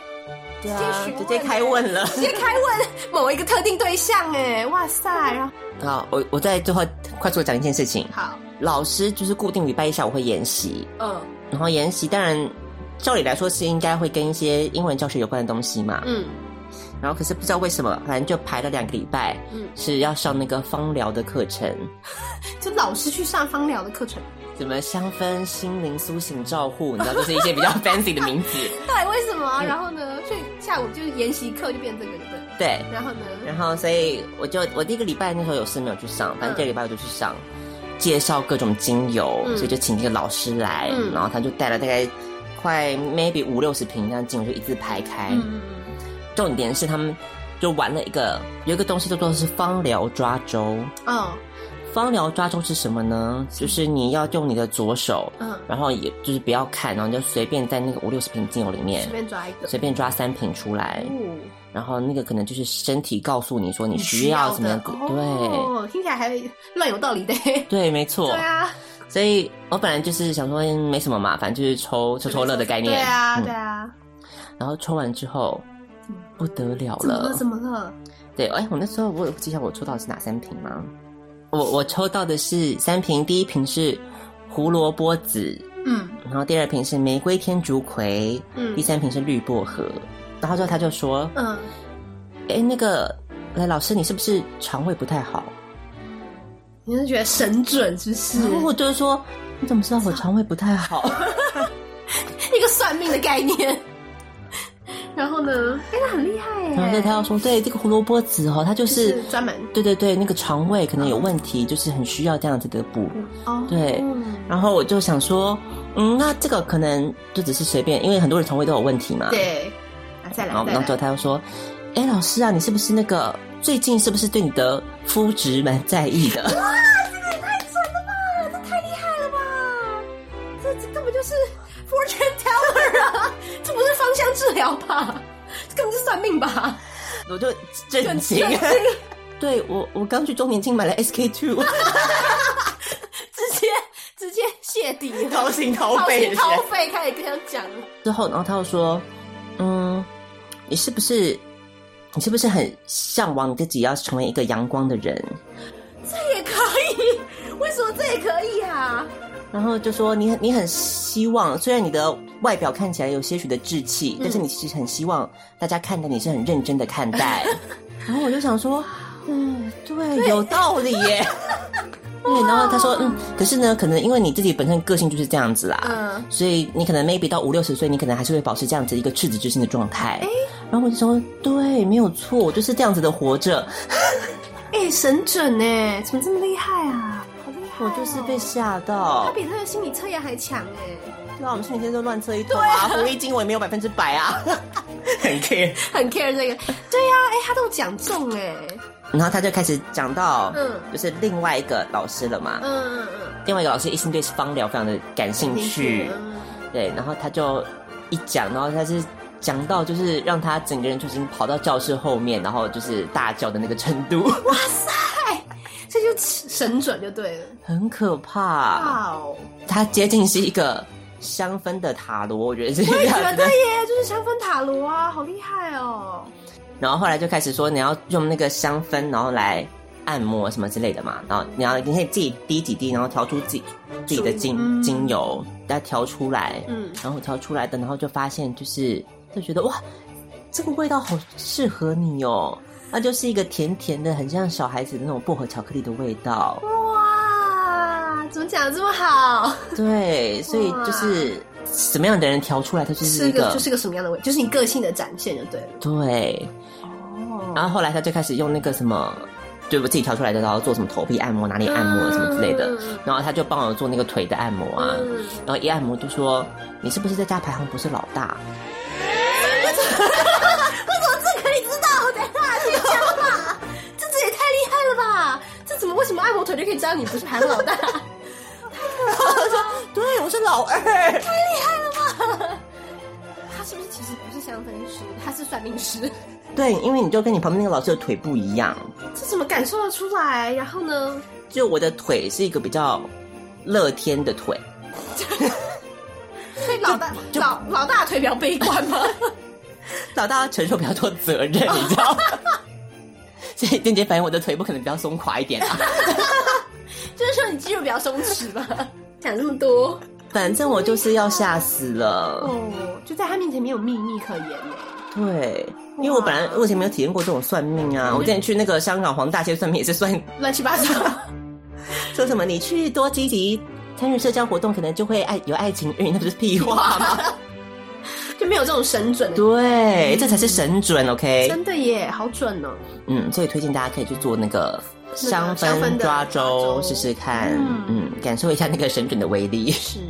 Speaker 3: 对
Speaker 4: 直
Speaker 3: 啊
Speaker 4: 接询问
Speaker 3: 直接开问欸了。
Speaker 4: 直接开问某一个特定对象，哎，哇塞！然后
Speaker 3: 好，我我再最后快速地讲一件事情，
Speaker 4: 好，
Speaker 3: 老师就是固定礼拜一下午会研习，
Speaker 4: 嗯
Speaker 3: 然后研习当然照理来说是应该会跟一些英文教学有关的东西嘛，
Speaker 4: 嗯，
Speaker 3: 然后可是不知道为什么，反正就排了两个礼拜，
Speaker 4: 嗯
Speaker 3: 是要上那个芳疗的课程，
Speaker 4: 就老师去上芳疗的课程，
Speaker 3: 什么香氛、心灵苏醒、照护，你知道，就是一些比 较 fancy 的名字，
Speaker 4: 到底为什么啊、然后呢，所以下午就是研习课就变这个，对不对？
Speaker 3: 对。
Speaker 4: 然后呢，
Speaker 3: 然后，所以我就我第一个礼拜那时候有事没有去
Speaker 4: 嗯
Speaker 3: 上，反正这个礼拜我就去上，介绍各种精油，
Speaker 4: 嗯
Speaker 3: 所以就请这个老师来，
Speaker 4: 嗯
Speaker 3: 然后他就带了大概快 maybe 五六十瓶这样精油，就一字排开。
Speaker 4: 嗯嗯
Speaker 3: 重点是他们就玩了一个有一个东西叫做是芳疗抓周。
Speaker 4: 嗯，哦，
Speaker 3: 芳疗抓周是什么呢？就是你要用你的左手，
Speaker 4: 嗯
Speaker 3: 然后也就是不要看，然后你就随便在那个五六十瓶精油里面
Speaker 4: 嗯随便抓一个，
Speaker 3: 随便抓三瓶出来，
Speaker 4: 哦，
Speaker 3: 然后那个可能就是身体告诉你说你需要什么样子
Speaker 4: 你需要的哦，听起来还乱有道理的，
Speaker 3: 对对，没错。
Speaker 4: 对啊，
Speaker 3: 所以我本来就是想说嗯没什么嘛，反正就是抽抽抽乐的概念。
Speaker 4: 对啊，
Speaker 3: 嗯
Speaker 4: 对啊，
Speaker 3: 然后抽完之后
Speaker 4: 嗯
Speaker 3: 不得了
Speaker 4: 怎么了？
Speaker 3: 了
Speaker 4: 怎。么了？
Speaker 3: 对，哎，我那时候我有记下我抽到的是哪三瓶吗？我我抽到的是三瓶，第一瓶是胡萝卜籽，
Speaker 10: 嗯，
Speaker 3: 然后第二瓶是玫瑰天竺葵，
Speaker 4: 嗯
Speaker 3: 第三瓶是绿薄荷。然后之后他就说，
Speaker 4: 嗯，
Speaker 3: 哎，那个来老师，你是不是肠胃不太好？
Speaker 4: 你是觉得神准是不是？
Speaker 3: 然后我就是说，你怎么知道我肠胃不太 好？
Speaker 4: 一个算命的概念。然后呢？哎、那很厉害耶！
Speaker 3: 然后他又说，对，这个胡萝卜籽哦，它就
Speaker 4: 就是是专门
Speaker 3: 对对对，那个肠胃可能有问题，就是很需要这样子的补。
Speaker 4: 哦，
Speaker 3: 对，然后我就想说，嗯，那这个可能就只是随便，因为很多人肠胃都有问题嘛。。
Speaker 4: 对，啊，再来
Speaker 3: 然后，
Speaker 4: 再
Speaker 3: 然后之后
Speaker 4: 来，
Speaker 3: 他又说，哎，老师啊，你是不是那个最近是不是对你的肤质蛮在意的？
Speaker 4: 太厉害哎了吧！这这根本就是 fortune teller 啊！这不是芳香治疗吧？这根本是算命吧？
Speaker 3: 我就震惊。 对我，我刚去周年庆买了 SK two，
Speaker 4: 直接直接谢底了，
Speaker 3: 掏心掏肺
Speaker 4: 掏心掏肺开始跟他讲，
Speaker 3: 之后，然后他又说，嗯，你是不是你是不是很向往你自己要成为一个阳光的人？
Speaker 4: 这哎也可以？为什么这也可以啊？
Speaker 3: 然后就说你很你很希望，虽然你的外表看起来有些许的稚气，但是你其实很希望大家看待你是很认真的看待。然后我就想说，嗯，对，有道理耶。对，然后他说，嗯，可是呢，可能因为你自己本身个性就是这样子啦，
Speaker 4: 嗯，
Speaker 3: 所以你可能 maybe 到五六十岁，你可能还是会保持这样子一个赤子之心的状态。然后我就说，对，没有错，我就是这样子的活着，
Speaker 4: 哎、神准哎、怎么这么厉害啊？好厉害哦、
Speaker 3: 我就是被吓到。
Speaker 4: 他比那个心理测验还强哎、
Speaker 3: 那我们瞬间就乱测一通啊，狐狸精我也没有百分之百啊， 很 care。
Speaker 4: 很 care 这个。对呀、哎、他都讲中哎、
Speaker 3: 然后他就开始讲到，
Speaker 4: 嗯
Speaker 3: 就是另外一个老师了嘛。
Speaker 4: 嗯嗯嗯，
Speaker 3: 另外一个老师一心对芳疗非常的感兴趣，
Speaker 4: 嗯
Speaker 3: 对，然后他就一讲，然后他是讲到就是让他整个人就已经跑到教室后面，然后就是大叫的那个程度，
Speaker 4: 这就神准就对了。
Speaker 3: 很可怕。
Speaker 4: 哇哦，
Speaker 3: 他接近是一个香氛的塔罗，我觉得是
Speaker 4: 我
Speaker 3: 这
Speaker 4: 也
Speaker 3: 样
Speaker 4: 觉
Speaker 3: 的
Speaker 4: 得。耶，啊就是香氛塔罗啊，好厉害哦。
Speaker 3: 然后后来就开始说你要用那个香氛，然后来按摩什么之类的嘛。然后你要你可以自己滴几滴，然后调出自己自己的精、
Speaker 4: 嗯
Speaker 3: 精油，再调出来，
Speaker 4: 嗯
Speaker 3: 然后调出来的，然后就发现就是就觉得哇，这个味道好适合你哦。那就是一个甜甜的，很像小孩子的那种薄荷巧克力的味道。
Speaker 4: 哇，怎么讲得这么好？
Speaker 3: 对，所以就是什么样的人调出来，它就是
Speaker 4: 是
Speaker 3: 一
Speaker 4: 一个就是个什么样的味？就是你个性的展现就对了。
Speaker 3: 对，
Speaker 4: 哦
Speaker 3: 然后后来他就开始用那个什么，就我自己调出来的，然后做什么头皮按摩、哪里按摩什么之类的
Speaker 4: 嗯，
Speaker 3: 然后他就帮我做那个腿的按摩啊，
Speaker 4: 嗯
Speaker 3: 然后一按摩就说你是不是在家排行不是老大？
Speaker 4: 我 这可以知道，我等一下去想吧。 这这也太厉害了吧！这怎么为什么按摩腿就可以知道你不是排行老大？ 太
Speaker 3: 对，我是老二。
Speaker 4: 厉害了吧！他是不是其实不是香氛师，他是算命师？
Speaker 3: 对，因为你就跟你旁边那个老师的腿不一样，
Speaker 4: 这怎么感受得出来？然后呢？
Speaker 3: 就我的腿是一个比较乐天的腿，
Speaker 4: 所以老大老老大腿比较悲观吗？
Speaker 3: 老大要承受比较多责任，你知 道吗？所以间接反映我的腿不可能比较松垮一点啊。
Speaker 4: 就是说你肌肉比较松弛 吧？讲这么多
Speaker 3: 反正我就是要吓死了。
Speaker 4: 哦，就在他面前没有秘密可言呢。
Speaker 3: 对，因为我本来我以前没有体验过这种算命
Speaker 4: 嗯
Speaker 3: 啊，我之前去那个香港黄大仙算命也是算
Speaker 4: 乱七八糟，
Speaker 3: 说什么你去多积极参与社交活动，可能就会爱有爱情运，那不是屁话吗？
Speaker 4: 就没有这种神准的。嗯
Speaker 3: 对，这才是神准，OK？
Speaker 4: 真的耶，好准哦！
Speaker 3: 嗯，所以推荐大家可以去做那个香
Speaker 4: 香氛
Speaker 3: 氛
Speaker 4: 的
Speaker 3: 抓
Speaker 4: 抓
Speaker 3: 周
Speaker 4: 周
Speaker 3: 试试看，
Speaker 4: 嗯
Speaker 3: 嗯，感受一下那个神准的威力。
Speaker 4: 是，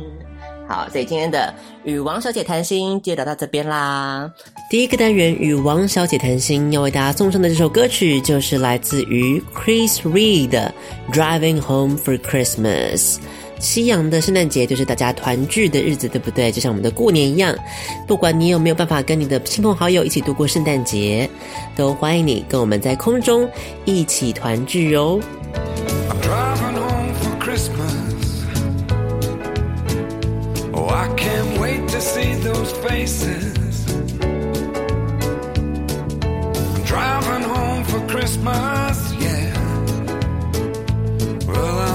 Speaker 3: 好，所以今天的与王小姐谈心就聊到这边啦。
Speaker 2: 第一个单元与王小姐谈心，要为大家送上的这首歌曲就是来自于 Chris Reed 的《Driving Home for Christmas》。西洋的圣诞节就是大家团聚的日子，对不对？就像我们的过年一样，不管你有没有办法跟你的亲朋好友一起度过圣诞节，都欢迎你跟我们在空中一起团聚哦。
Speaker 11: I'm driving home for Christmas. Oh, I can't wait to see those faces. I'm driving home for Christmas, yeah. Oh,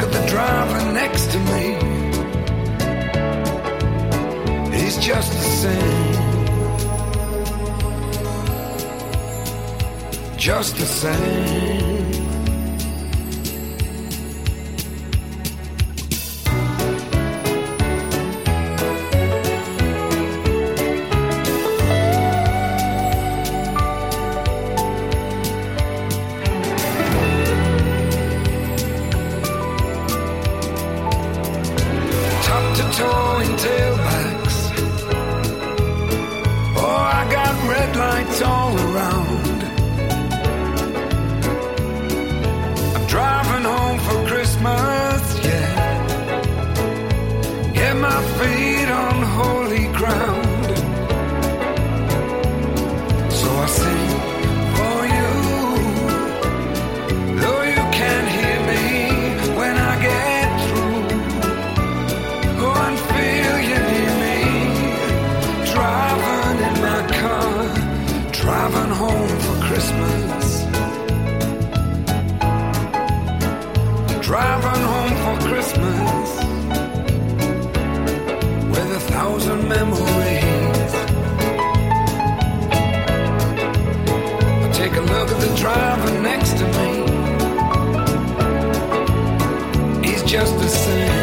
Speaker 11: sense to me. He's just the same. Just the same. top to toe in tailbacks. Oh, I got red lights all around. I'm driving home for Christmas, yeah. Get my feet on holy ground. So I sing for you. Though you can't hear me when I get through. Go and feel you near me. Driving in my car, driving home for Christmas. Driving home for Christmas with a thousand memories. I take a look at the driver next to me. He's just the same.